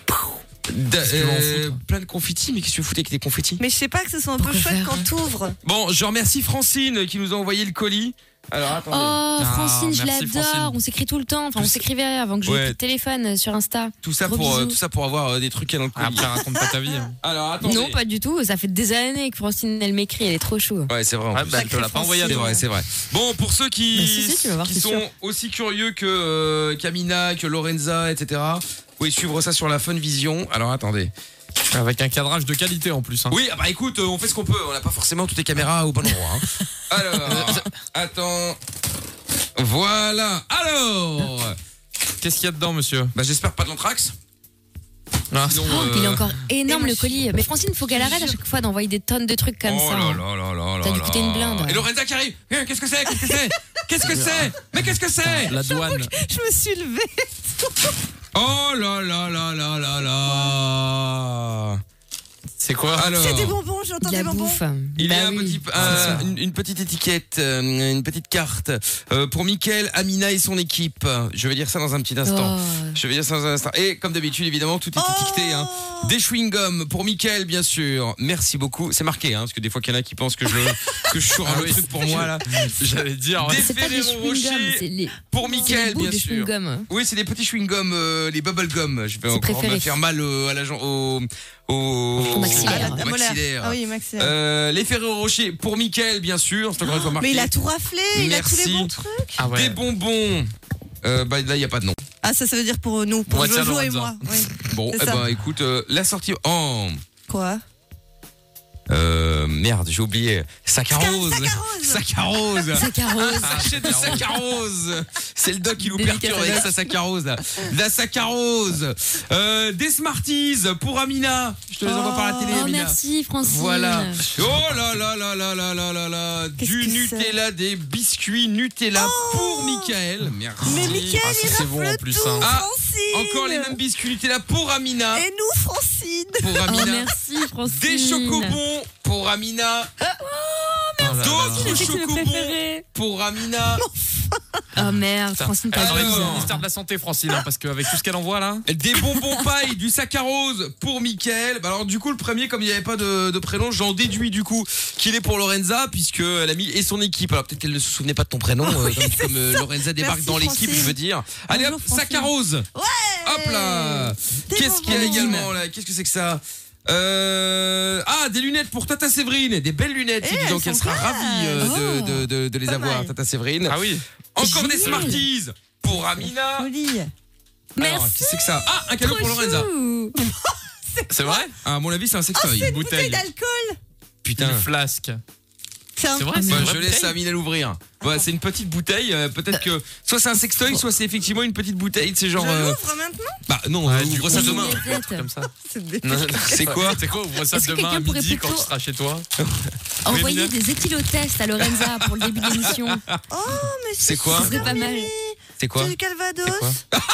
B: d'a-
F: que tu vas en
B: euh, plein de confettis. Mais qu'est-ce que tu foutais avec des confettis
D: Mais je sais pas que ce soit un peu
E: Pourquoi
D: chouette
E: faire, hein
D: quand t'ouvres.
B: Bon, je remercie Francine qui nous a envoyé le colis. Alors attendez.
E: Oh, Francine, je
F: Ah, merci,
E: l'adore.
F: Francine.
E: On s'écrit tout le temps. Enfin, on s'écrivait avant que je
B: Ouais.
E: le téléphone sur Insta.
B: Tout ça
E: Gros
B: pour euh,
E: bisous.
B: tout ça pour avoir euh, des trucs dans le colis.
F: Après, raconte pas ta vie. hein.
B: Alors attendez.
E: Non, pas du tout. Ça fait des années que Francine, elle m'écrit. Elle est trop chou.
B: Ouais, c'est vrai. en
F: Ouais,
B: plus.
F: bah, elle te l'a pas envoyé à
B: c'est
F: toi.
B: vrai, c'est vrai. Bon, pour ceux qui,
E: Mais si, si, tu vas voir,
B: qui
E: c'est
B: sont
E: sûr.
B: aussi curieux que euh, Camina, que Lorenza, etc., vous pouvez suivre ça sur la Fun Vision. Alors attendez.
F: Avec un cadrage de qualité en plus. hein.
B: Oui, ah bah écoute, euh, on fait ce qu'on peut. On n'a pas forcément toutes les caméras au bon endroit. hein. Alors, attends. Voilà. Alors,
F: Qu'est-ce qu'il y a dedans, monsieur
B: bah j'espère pas de l'anthrax.
F: Ah,
B: Sinon,
E: Oh,
B: euh,
E: Il est encore énorme
D: moi,
E: le
D: je-
E: colis. Mais Francine, faut qu'elle arrête à chaque fois d'envoyer des tonnes de trucs comme
B: oh
E: ça.
B: là
E: hein.
B: là là là là
E: T'as dû
B: là.
E: coûter une blinde, ouais.
B: Et Lorenza qui arrive. Eh, Qu'est-ce que c'est Qu'est-ce que c'est Qu'est-ce que c'est Mais qu'est-ce que c'est
F: La douane.
D: Je me suis levée.
B: Oh là là là là là là
F: C'est quoi
B: Alors,
D: C'est des bonbons,
E: De
D: j'entends des
E: La
D: bonbons.
E: bouffe.
B: il y
E: Bah
B: a un
E: oui.
B: petit, un- une, une petite étiquette, euh, une petite carte euh, pour Mickaël, Amina et son équipe. Je vais dire ça dans un petit instant.
E: Oh.
B: Je vais dire ça dans un instant. Et comme d'habitude, évidemment, tout est étiqueté. Hein.
D: Oh.
B: Des chewing-gums pour Mickaël, bien sûr. Merci beaucoup. C'est marqué, hein, parce que des fois, qu'il y en a qui pensent que je, que je suis
F: Ah
B: un
F: oui.
B: truc pour moi, là.
F: J'allais dire. ouais.
E: C'est pas des
B: Ferrero
E: chewing-gums,
B: Rocher
E: c'est les,
B: Pour
E: c'est les
B: Mickaël,
E: bouts
B: bien
E: de
B: sûr.
E: chewing-gum.
B: Oui, c'est des petits chewing-gums, euh, les bubble-gum. Je vais
E: C'est
B: encore me
E: préféré.
B: faire mal euh, à la jambe, au, au,
E: Au maxillaire.
D: Ah, la-
B: au
D: la molaire.
B: maxillaire.
D: Ah oui, maxillaire.
B: Euh, les Ferrero Rocher pour Mickaël, bien sûr. C'est encore une fois marqué.
D: Mais il a tout raflé, il a tous les
B: Merci.
D: bons trucs.
F: Ah ouais.
B: Des bonbons. Euh, bah, là, il n'y a pas de nom.
D: Ah, ça, ça veut dire pour nous, pour
F: Ouais, tiens,
D: Jojo et
F: Lorenza.
D: moi. oui.
B: Bon,
D: C'est
B: eh
D: ça.
B: ben, écoute, euh, la sortie. Oh,
D: Quoi
B: Euh, merde, j'ai oublié. Saccharose. Saccharose.
E: Saccharose.
B: Sachet de saccharose. C'est le doc qui nous
E: Délicat,
B: perturbe
E: ça,
B: avec
E: doc.
B: sa saccharose. là. La saccharose. Euh, des Smarties pour Amina. Je te les envoie par la télé,
E: Oh,
B: Amina.
E: merci, Francine.
B: Voilà. Oh là là là là là là là là.
D: Qu'est-ce
B: Du
D: que c'est
B: Nutella, des biscuits Nutella pour Michael. Merci.
D: Mais Mickaël,
F: Ah, ça,
D: il
F: c'est bon, en
D: rafle
F: plus,
D: tout,
F: hein.
B: Ah,
D: Francine
B: Encore les mêmes biscuits Nutella pour Amina.
D: Et nous, Francine
B: Pour
E: Oh,
B: Amina.
E: merci, Francine.
B: Des chocobons pour Amina.
F: Oh
B: D'autres
E: C'est le
B: chocobons
E: préféré.
B: pour Amina.
E: Oh merde, Francine, t'as
B: Alors,
E: raison.
F: le ministère de la Santé, Francine, hein, parce qu'avec tout ce qu'elle envoie là.
B: Des bonbons paille, du saccharose pour Mickaël. Bah alors du coup le premier comme il n'y avait pas de, de prénom, j'en déduis du coup qu'il est pour Lorenza puisque elle a mis et son équipe. Alors peut-être qu'elle ne se souvenait pas de ton prénom euh, comme, comme, euh, Lorenza débarque
D: Merci,
B: dans l'équipe,
D: Francine.
B: je veux dire. Allez
D: Bonjour,
B: hop,
D: Francine.
B: saccharose. Hop là.
D: Des
B: Qu'est-ce qu'il y a
D: bonbons.
B: également là Qu'est-ce que c'est que ça Euh, ah, des lunettes pour Tata Séverine, des belles lunettes,
D: Eh,
B: dis donc
D: elles
B: elle
D: sont
B: sera
D: pas
B: ravie euh, de-
D: Oh.
B: de, de- de les
D: Pas
B: avoir,
D: mal.
B: Tata Séverine.
F: Ah oui.
B: Encore des
E: Génial.
B: Smarties pour Amina.
D: Jolie.
B: Alors,
E: Merci.
B: qu'est-ce que c'est que ça Ah, un cadeau pour Lorenza. Ah,
E: chou.
F: C'est vrai
B: À mon avis, c'est un sextoy.
F: Une
D: Bouteille d'alcool
B: Putain.
F: Une flasque.
D: C'est un
F: C'est
E: Ah,
F: vrai,
B: Bah,
F: c'est une
B: je
F: vraie
B: laisse
F: bouteille.
B: Amina l'ouvrir. Ouais, c'est une petite bouteille. euh, Peut-être que soit c'est un sextoy, soit c'est effectivement une petite bouteille de ces
D: Je
B: genres. euh,
D: l'ouvre maintenant
B: Bah non,
F: Ouais,
B: on
F: du
B: ouvre
F: coup,
B: ça
F: on
B: demain.
E: Une aigrette.
F: Comme ça.
D: C'est des-
B: C'est quoi
F: C'est quoi Ouvre ça
E: Est-ce que
F: demain à
E: quelqu'un pourrait
F: midi quand tu
E: plutôt-
F: seras chez toi.
E: Envoyez des équilotests à Lorenza pour le début de l'émission.
D: Oh, mais
B: C'est quoi
E: C'est pas mal.
B: C'est quoi
D: C'est du
B: C'est quoi Ah,
D: Calvados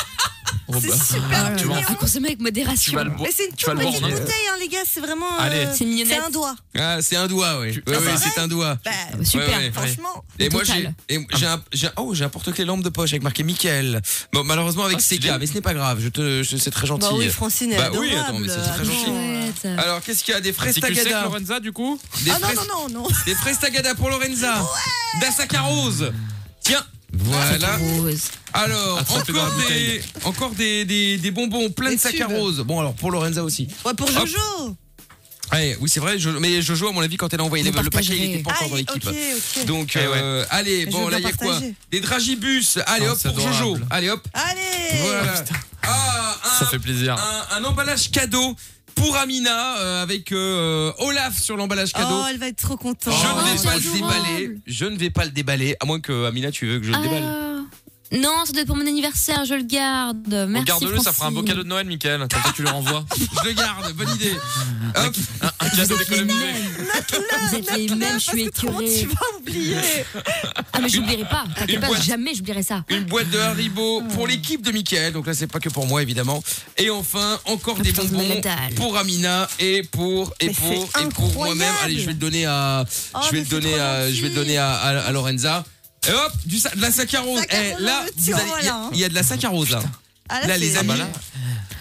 F: Oh,
D: C'est
F: bah.
D: super
F: tu
D: mignon
F: vas-
E: À Ah, consommer avec
F: Tu
E: modération.
F: vas le bo-
D: Mais c'est une
F: tu vas
D: toute
F: le
D: petite
F: border.
D: bouteille, hein, les gars, c'est vraiment. euh,
F: Allez.
E: C'est mignonnette.
D: C'est un doigt.
B: Ah, c'est un doigt, oui. Oui,
F: Ah,
B: oui,
F: bah.
B: c'est un doigt.
D: Bah,
E: Ah, Super.
B: Ouais, ouais.
D: franchement.
B: Et moi j'ai
E: Total.
B: et
F: Ah.
B: j'ai un j'ai un- oh j'ai un porte-clés lampe de poche avec marqué Michael. Bon malheureusement avec
F: Ah, c'est
B: CK
F: bien.
B: mais ce n'est pas grave, je te je- c'est très gentil.
D: Bah oui, Francine, elle
B: Bah
D: est
B: oui, attends, mais
D: adorable.
B: c'est très
D: Attends.
B: gentil.
E: Chouette.
B: Alors qu'est-ce qu'il y a des
F: Un
B: fraises
F: petit cul sec,
B: tagada
F: Lorenza, du coup
B: Des
D: Ah non,
B: fraises-
D: non, non, non.
B: Des fraises tagada pour Lorenza. Da Saccarose. Tiens. Voilà.
E: Rose.
B: Alors,
F: Attrapez
B: encore
F: dans
B: des,
F: la bouteille.
B: encore des, des, des bonbons plein de
D: Des
B: saccharose. Bon, alors pour Lorenza aussi.
D: Ouais, pour
B: Hop.
D: Jojo.
B: Ouais, oui, c'est vrai, je- mais Jojo, à mon avis, quand elle a envoyé
E: Vous
B: les- le paquet,
E: partagerez.
B: il n'était pas encore
D: Ah,
B: dans l'équipe.
D: ok, ok.
B: Donc,
F: Eh
B: euh, allez,
D: Je
B: bon,
D: veux
B: là, il y
D: bien
B: a quoi
D: partager.
B: Des dragibus. Allez,
F: Oh,
B: hop,
F: c'est
B: pour Jojo.
F: adorable.
B: Allez, hop.
D: Allez.
B: Voilà. Ah, un,
F: Ça fait plaisir.
B: un, un emballage cadeau pour Amina euh, avec euh, Olaf sur l'emballage cadeau.
D: Oh, elle va être trop contente.
B: Je ne
E: Oh,
B: vais
E: c'est
B: pas le
E: adorable.
B: déballer. Je ne vais pas le déballer, à moins que Amina, tu veux que je le
D: euh.
B: déballe.
E: Ah. Non, ça doit être pour mon anniversaire, je le garde. Merci.
F: Regarde-le, ça fera un beau
E: Francine.
F: cadeau de Noël, Michael. Comme ça, tu le renvoies.
B: Je le garde, bonne idée. Hop.
F: Un cadeau d'économie.
E: Vous êtes les mêmes, je suis écœurée.
D: vas oublier.
E: Ah, mais j'oublierai pas. T'inquiète
B: une
E: pas,
B: boîte.
E: jamais j'oublierai ça.
B: Une boîte de Haribo pour l'équipe de Michael. Donc là, c'est pas que pour moi, évidemment. Et enfin, encore des
E: Putain,
B: bonbons
E: métal.
B: pour Amina et pour et
D: Mais
B: pour
D: c'est
B: et pour
D: incroyable.
B: moi-même. Allez, je vais le donner à
D: Oh,
B: je vais
D: mais
B: le
D: c'est
B: donner
D: trop
B: à
D: gentil.
B: je vais le donner à, à- à Lorenza. Et hop, du sa- de la saccharose.
D: Saccharose
B: Eh, là,
D: dans
B: vous allez-
D: le
B: il y,
D: tiroir, là,
B: a-
D: hein.
B: il y a de la saccharose là.
D: Ah,
B: Là, les
D: c'est-
B: amis.
F: bah là.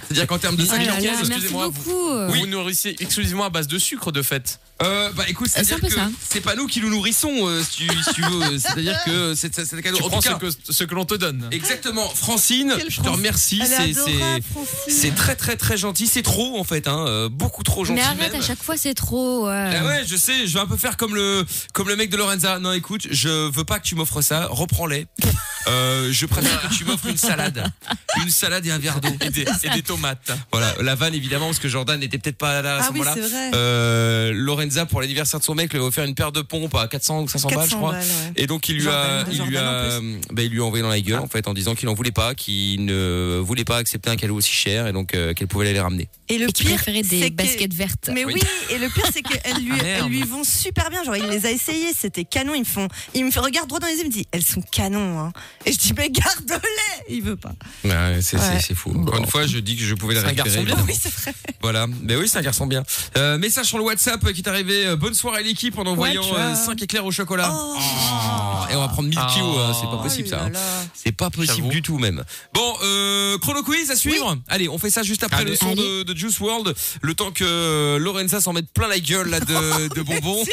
B: C'est-à-dire qu'en termes de
E: Ah là
B: saccharose,
E: là, merci
F: excusez-moi, vous-
E: beaucoup.
F: Vous vous nourrissez exclusivement à base de sucre, de fait.
B: Euh, bah écoute,
E: C'est
B: c'est-à-dire
E: un peu
B: que
E: ça.
B: c'est pas nous qui nous nourrissons, euh, si, tu, si tu veux. C'est-à-dire que c'est c'est un cadeau.
F: Tu
B: En
F: prends
B: tout
F: ce
B: cas,
F: que, ce que l'on te donne.
B: exactement, Francine,
D: Quelle
B: je te remercie.
D: Elle
B: C'est
D: est
B: c'est
D: adorable, Francine.
B: c'est très très très gentil. C'est trop en fait, hein, euh, beaucoup trop gentil
E: Mais arrête,
B: même.
E: à chaque fois c'est trop. euh, ouais.
D: Euh.
B: Ah ouais, je sais, je vais un peu faire comme le comme le mec de Lorenza. Non, écoute, je veux pas que tu m'offres ça. Reprends-les. Euh, je préfère que tu m'offres une salade, une salade et un verre d'eau et des, et des tomates. Voilà, la vanne évidemment parce que Jordan n'était peut-être pas là à
D: Ah
B: ce
D: oui,
B: moment-là.
D: c'est vrai.
B: Euh, Lorenza pour l'anniversaire de son mec lui a offert une paire de pompes à 400 ou 500 balles, je
D: 400
B: crois.
D: balles, ouais.
B: Et donc il lui a,
D: Jordan,
B: il lui
D: Jordan
B: a, bah, il lui a envoyé dans la gueule en fait en disant qu'il en voulait pas, qu'il ne voulait pas accepter un cadeau aussi cher et donc euh, qu'elle pouvait aller les ramener.
D: Et le
E: Et tu
D: pire,
E: préférais
D: c'est
E: des
D: que-
E: baskets vertes.
D: Mais oui.
B: Oui.
D: et le pire c'est qu'elles lui,
B: Ah, merde.
D: elles lui vont super bien. Genre il les a essayées, c'était canon. Ils me font, il me fait regarde droit dans les yeux, il me dit elles sont canons. Hein. Et je dis mais garde-les. Il veut pas.
B: Ouais, c'est
D: Ouais.
B: c'est- c'est fou. Encore une fois, je dis que je pouvais la
F: C'est un
B: récupérer.
F: garçon bien.
B: évidemment.
D: Oui c'est vrai.
B: Voilà. Mais oui, c'est un garçon bien. Euh, message sur le WhatsApp euh, qui est arrivé. euh, bonne soirée l'équipe en envoyant
D: tu vois.
B: 5 éclairs au chocolat.
D: Oh.
B: Oh, et on va prendre 1000
F: Oh.
B: kilos. hein, c'est pas possible
D: Oh là
B: ça. hein.
D: là.
B: C'est pas possible
F: J'avoue.
B: du tout même. Bon, euh, chrono quiz à suivre. Allez, on fait ça juste après
F: Allez.
B: le son de, de Juice World. Le temps que euh, Lorenza s'en mette plein la gueule là de, de bonbons.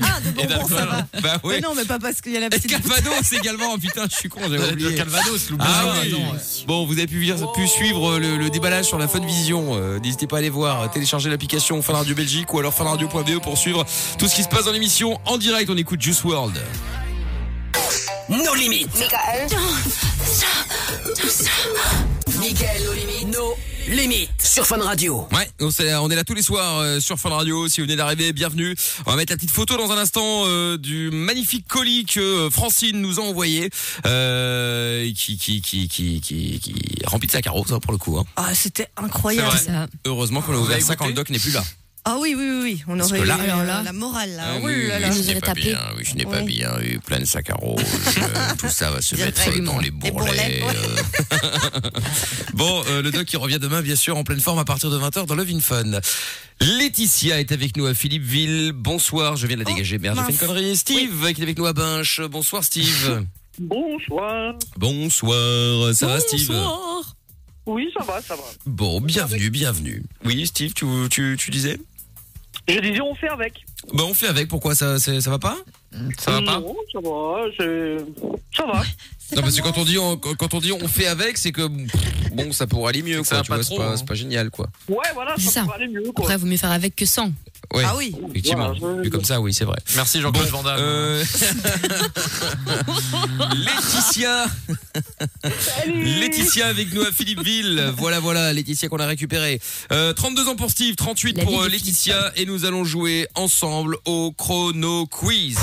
D: Ah de bonbons ça va.
B: Bah
D: Mais
B: ouais.
D: non mais pas parce qu'il y a la
B: Et
D: petite.
B: Calvados également. oh, Putain, je suis con, j'avais
F: Le
B: oublié.
F: Calvados, l'oublie
B: Ah
F: pas.
B: oui. Oh.
F: Attends.
B: Bon, vous avez pu, vir- pu suivre euh, le, le déballage sur la Fun Vision. Euh, N'hésitez pas à aller voir, euh, télécharger l'application Fun Radio Belgique ou alors funradio.be pour suivre tout ce qui se passe dans l'émission en direct. On écoute Juice World.
A: Nos limites. Michael. Nos les mythes sur Fun Radio.
B: Ouais, on s'est- on est là, tous les soirs euh, sur Fun Radio. Si vous venez d'arriver, bienvenue. On va mettre la petite photo dans un instant euh, du magnifique colis que euh, Francine nous a envoyé, euh, qui, qui, qui, qui, qui, qui remplit de sa carrosse hein, pour le coup. hein.
D: Ah, c'était incroyable.
B: C'est
E: Ça.
B: Heureusement qu'on a ouvert
F: avez
B: ça quand
F: goûté
B: le doc n'est plus là.
D: Ah oui, oui, oui, oui. On aurait
B: que
D: eu
B: là-
D: euh,
E: Alors là-
D: la morale, là.
B: Ah
E: oui, là, là,
B: oui, je
E: je vous
B: n'ai
E: aurais
B: pas
E: tapé.
B: bien, oui, je n'ai pas
D: Oui.
B: bien eu plein de sacs à rose. euh, tout ça va se
D: Direct.
B: mettre dans les
D: Les
B: bourrelets.
D: bourrelets, ouais.
B: euh. bon, euh, le doc qui revient demain, bien sûr, en pleine forme à partir de 20h dans Love in Fun. Laetitia est avec nous à Philippeville. Bonsoir, je viens de la
D: Oh,
B: dégager. Merde, j'ai fait une
D: mince.
B: connerie. Steve qui est avec nous à Binche. Bonsoir, Steve.
I: Bonsoir.
B: Bonsoir, ça va, Ah, Steve
I: Oui, ça va, ça va.
B: Bon, bienvenue, bienvenue. Oui, Steve, tu, tu, tu disais
I: Je disais, on fait avec.
B: Bah, on fait avec, pourquoi ça, c'est- ça va pas
F: Ça va pas
I: Non, ça va. je- Ça va.
B: Non parce que quand on dit on, quand on dit on fait avec c'est que bon ça pourrait aller mieux quoi
F: Ça va
B: tu
F: pas
B: vois c'est
F: trop,
B: pas,
F: hein.
B: c'est pas génial quoi
I: Ouais, voilà,
E: C'est ça.
I: ça va aller mieux, quoi.
E: Après, vaut mieux faire avec que sans.
B: ouais
D: Ah oui.
B: effectivement
I: Voilà, je-
B: vu comme ça oui c'est vrai
F: Merci Jean-Claude Van Damme.
B: Euh, Laetitia Laetitia avec nous à Philippeville voilà voilà Laetitia qu'on a récupérée Euh, 32 ans pour Steve 38
E: La
B: pour
E: vie
B: euh,
E: de
B: Laetitia et nous allons jouer ensemble au chrono quiz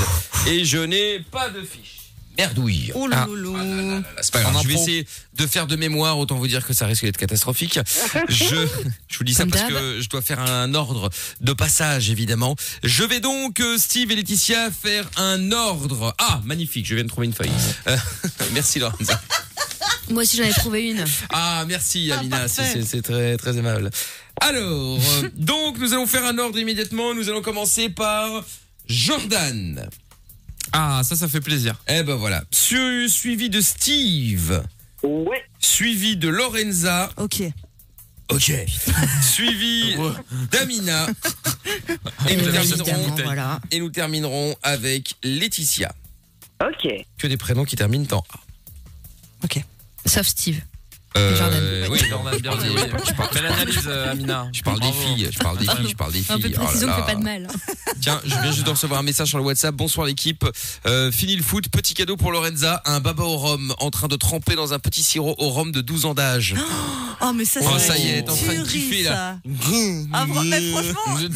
B: et je n'ai pas de fiche merdouille
D: Oh
F: Ah.
D: loulou.
B: Voilà, c'est pas grave.
F: En
B: Je vais
F: impro.
B: essayer de faire de mémoire, autant vous dire que ça risque d'être catastrophique. Je, je vous dis ça
E: Comme
B: parce
E: d'hab.
B: que je dois faire un ordre de passage, évidemment. Je vais donc, euh, Steve et Laetitia, faire un ordre. Ah, magnifique, je viens de trouver une feuille. Euh, merci, Lorenza.
E: Moi aussi, j'en ai trouvé une.
B: Ah, merci,
D: Ah,
B: Amina. C'est-
D: parfait.
B: C'est c'est très, très aimable. Alors, euh, donc, nous allons faire un ordre immédiatement. Nous allons commencer par Jordan.
F: Ah, ça, ça fait plaisir.
B: Eh ben voilà. Su- Suivi de Steve.
I: Ouais.
B: Suivi de Lorenza.
D: Ok.
B: Ok. Suivi d'Amina. et, nous
E: Eh ben,
B: terminerons,
E: évidemment, voilà.
B: et nous terminerons avec Laetitia.
I: Ok.
B: Que des prénoms qui terminent en A.
E: Sauf Steve.
B: Euh, oui, Jordan, bien dit, oui.
F: Je parle- Belle analyse, euh, Amina.
B: Je parle des
F: Bravo.
B: filles, je parle des filles, je parle des filles.
E: Un peu de
B: Oh là
E: précision
B: là.
E: fait pas de mal.
B: Tiens, je viens juste de recevoir un message sur le WhatsApp. Bonsoir l'équipe. Euh, fini le foot, petit cadeau pour Lorenza, un baba au rhum en train de tremper dans un petit sirop au rhum de 12 ans d'âge.
D: Oh, mais ça,
B: Oh,
D: c'est
B: ça y est,
D: une
B: t'es en train de
D: tuerie,
B: kiffer, là.
D: Ah, fran- mais franchement,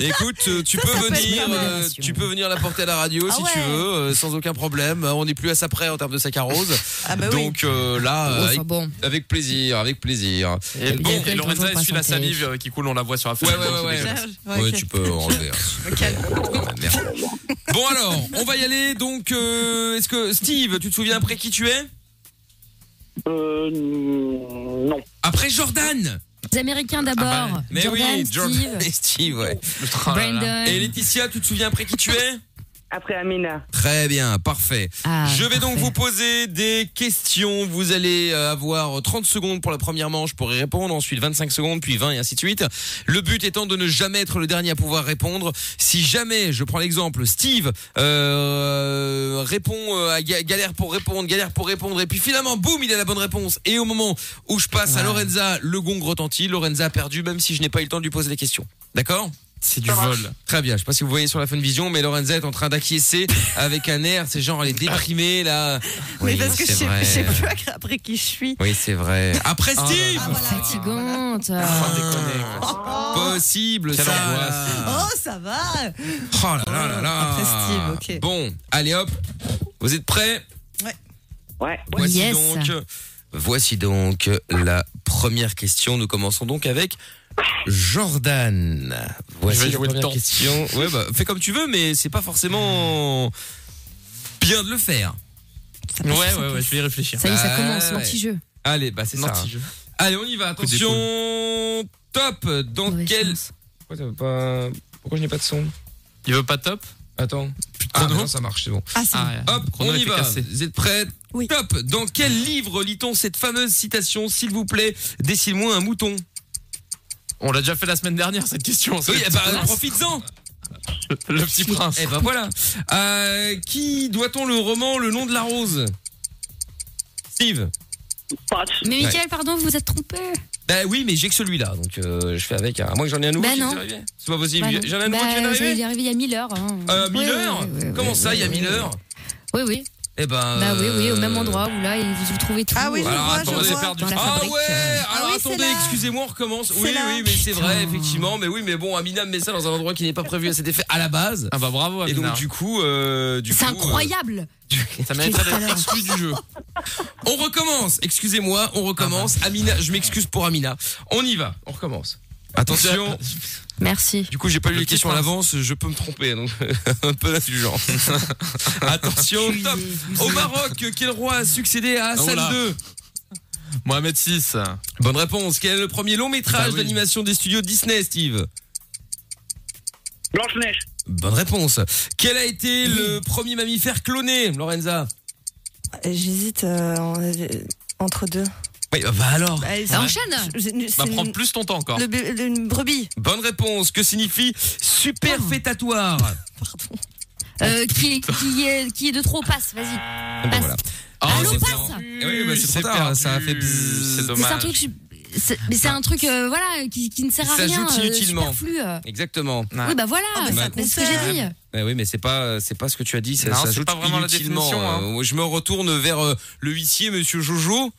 B: Écoute, euh, tu peux
D: ça peut
B: venir,
E: être bien,
B: euh,
E: modération.
B: tu peux venir la porter à la radio
D: Ah
B: si
D: ouais.
B: tu veux, euh, sans aucun problème. Euh, On n'est plus à ça près en termes de sac à rose.
D: Ah bah oui. Oh,
B: Donc euh, là, euh,
E: Oh, Enfin,
B: avec,
E: bon.
B: avec plaisir, avec plaisir.
F: Et,
E: Il y a
F: bon,
E: quelques
F: et Lorenza
E: jours
F: essuie la
E: passant
F: salive euh, qui coule, on la voit sur la photo.
B: Ouais, ouais, ouais, ouais.
D: Ouais,
B: Ouais,
D: ok.
B: tu peux enlever. hein, s'il te plaît. Merde. Bon alors, on va y aller. Donc, euh, est-ce que Steve, tu te souviens après qui tu es
I: Euh. Non.
B: Après Jordan.
E: Les Américains d'abord.
F: Ah bah,
B: Mais
E: Jordan,
B: oui, Jordan Oh et
E: Steve,
B: Steve. Ouais.
F: Le train, là, là.
E: Brandon.
B: Et Laetitia, tu te souviens après qui tu es
I: Après Amina.
B: Très bien, parfait.
E: Ah,
B: Je vais donc
E: parfait.
B: vous poser des questions. Vous allez euh, avoir 30 secondes pour la première manche pour y répondre, ensuite 25 secondes, puis 20 et ainsi de suite. Le but étant de ne jamais être le dernier à pouvoir répondre. Si jamais, je prends l'exemple, Steve euh, répond euh, à ga- galère pour répondre, galère pour répondre, et puis finalement, boum, il a la bonne réponse. Et au moment où je passe à Lorenza, le gong retentit. Lorenza a perdu, même si je n'ai pas eu le temps de lui poser des questions. D'accord
F: C'est du vol.
B: Très bien, je sais pas si vous voyez sur la fin de vision, mais Lorenza est en train d'acquiescer avec un air, c'est genre elle est déprimée là.
D: mais
B: Oui,
D: parce que je
B: c'est
D: sais,
B: vrai.
D: je sais plus après qui je suis.
B: Oui, c'est vrai. Oh Après
F: Ah,
B: Steve
F: là, là.
E: Fatigante.
B: Ah.
F: Sans déconner, quoi.
D: Ah,
B: Possible
F: Quelle
B: ça
F: angoisse.
D: Oh, ça va
B: Oh là là là là
D: Après Steve, ok.
B: Bon, allez hop, vous êtes prêts
I: Ouais.
B: Voici
E: Yes.
B: donc, voici donc la première question. Nous commençons donc avec Jordan. Voici
F: Je vais
B: la
F: jouer
B: première
F: dedans.
B: question. Ouais, bah, fais comme tu veux, mais c'est pas forcément bien de le faire.
E: Ça
F: Ouais,
E: passe, ça
F: ouais, ouais,
E: passe.
F: je vais y réfléchir.
E: Ça y est, ça commence,
B: Ah, Ouais.
E: l'anti-jeu.
B: Allez, bah c'est ça. hein.
F: Nanti, je-
B: Allez, on y va.
F: Coup d'épaule.
B: Attention. Top. Dans
E: Mauvaise
B: quel
E: chance.
B: Pourquoi ça veut pas Pourquoi je n'ai pas de son
F: Il veut pas top
B: Attends.
F: Ah,
B: Ah,
F: non.
B: non, ça marche, c'est bon.
D: Ah, c'est
F: Ah, ouais.
B: Hop,
F: Chrono
B: on y
F: était
B: va.
F: cassé.
B: Vous êtes prêts
D: Oui.
B: Top. Dans quel livre lit-on cette fameuse citation S'il vous plaît, dessine-moi un mouton.
F: eh On l'a déjà fait la semaine dernière, cette question. c'est
B: Oui,
F: le
B: eh
F: petit
B: ben,
F: prince.
B: profites-en.
F: Le petit prince.
B: Eh ben voilà. Euh, qui doit-on le roman Le nom de la rose Steve.
I: Patch.
E: Mais Michael, pardon, vous vous êtes trompé.
B: Bah oui, mais j'ai que celui-là, donc euh, je fais avec. Hein. À moins que j'en ai un nouveau
E: Bah
B: qui
E: non.
B: vient d'arriver. C'est pas possible.
E: Bah non.
B: J'en ai un nouveau
E: Bah,
B: qui vient
E: j'en ai
B: d'arriver.
E: arrivé il y a 1000 heures. hein.
B: Euh,
E: Ouais,
B: Miller
E: ouais, ouais, ouais,
B: Comment
E: ouais,
B: ça, il y a
E: ouais, ouais.
B: Miller
E: Oui, oui.
B: Eh ben.
E: Bah oui, oui, au
B: euh,
E: même endroit où là, ils- vous trouvez tout.
D: Ah oui, je
E: euh,
B: Alors
D: vois,
B: attendez,
D: je vois.
B: perdu.
E: Dans la
B: Ah
E: fabrique,
B: ouais
E: euh.
B: Alors
D: Ah oui, c'est
B: attendez,
D: là.
B: excusez-moi, on recommence. Oui,
D: C'est là.
B: oui, mais c'est vrai, effectivement. Mais oui, mais bon, Amina me met ça dans un endroit qui n'est pas prévu à cet effet à la base.
F: Ah bah bravo,
B: Et donc du coup, euh, du
E: C'est
B: coup, euh,
E: incroyable
F: ça mériterait d'être exclu du jeu.
B: on recommence. Excusez-moi, on recommence. Amina, je m'excuse pour Amina. On y va, on recommence. Attention.
E: Merci.
B: Du coup, j'ai Ah, pas lu
F: Le
B: les
F: petit
B: questions à
F: prince.
B: l'avance, je peux me tromper, donc un peu d'indulgence. Attention, top. Au Maroc, quel roi a succédé à Hassan
F: Oula.
B: II
F: Mohamed 6.
B: Bonne réponse. Quel est le premier long métrage
F: Bah oui.
B: d'animation des studios Disney, Steve
I: Blanche-Neige.
B: Bonne réponse. Quel a été le premier mammifère cloné, Lorenza
D: Euh, J'hésite euh, en- euh, entre deux.
B: Oui, bah alors.
D: Allez,
E: Ça enchaîne
D: c'est une-
F: Va
D: c'est
F: prendre
D: une-
F: Bah, plus ton temps encore.
D: le bé- le- une brebis.
B: Bonne réponse. Que signifie Ah. superfétatoire
D: Pardon.
E: Euh, qui, est, qui, est, qui est de trop Passe, vas-y.
B: Ah, bah, voilà.
F: Ah,
E: Allô,
F: c'est
E: passe
F: perdu,
B: Oui, bah, c'est trop tard,
F: perdu.
B: ça a fait bzzz.
F: C'est
E: Mais c'est un
F: dommage.
E: truc. je- c'est- Mais c'est un truc, euh, voilà, qui, qui ne sert à
B: Ça
E: rien.
B: ajoute
E: euh,
B: inutilement.
E: superflu, euh.
B: Exactement.
E: Oui, bah voilà,
D: Ah, bah,
B: ça
E: c'est ce que
D: concerne.
E: j'ai dit.
B: Eh oui, mais c'est pas c'est pas ce que tu as dit. Ça,
F: Non,
B: ça
F: c'est
B: ajoute
F: pas vraiment la
B: inutilement.
F: définition, hein.
B: Euh, je me retourne vers euh, le huissier, Monsieur Jojo.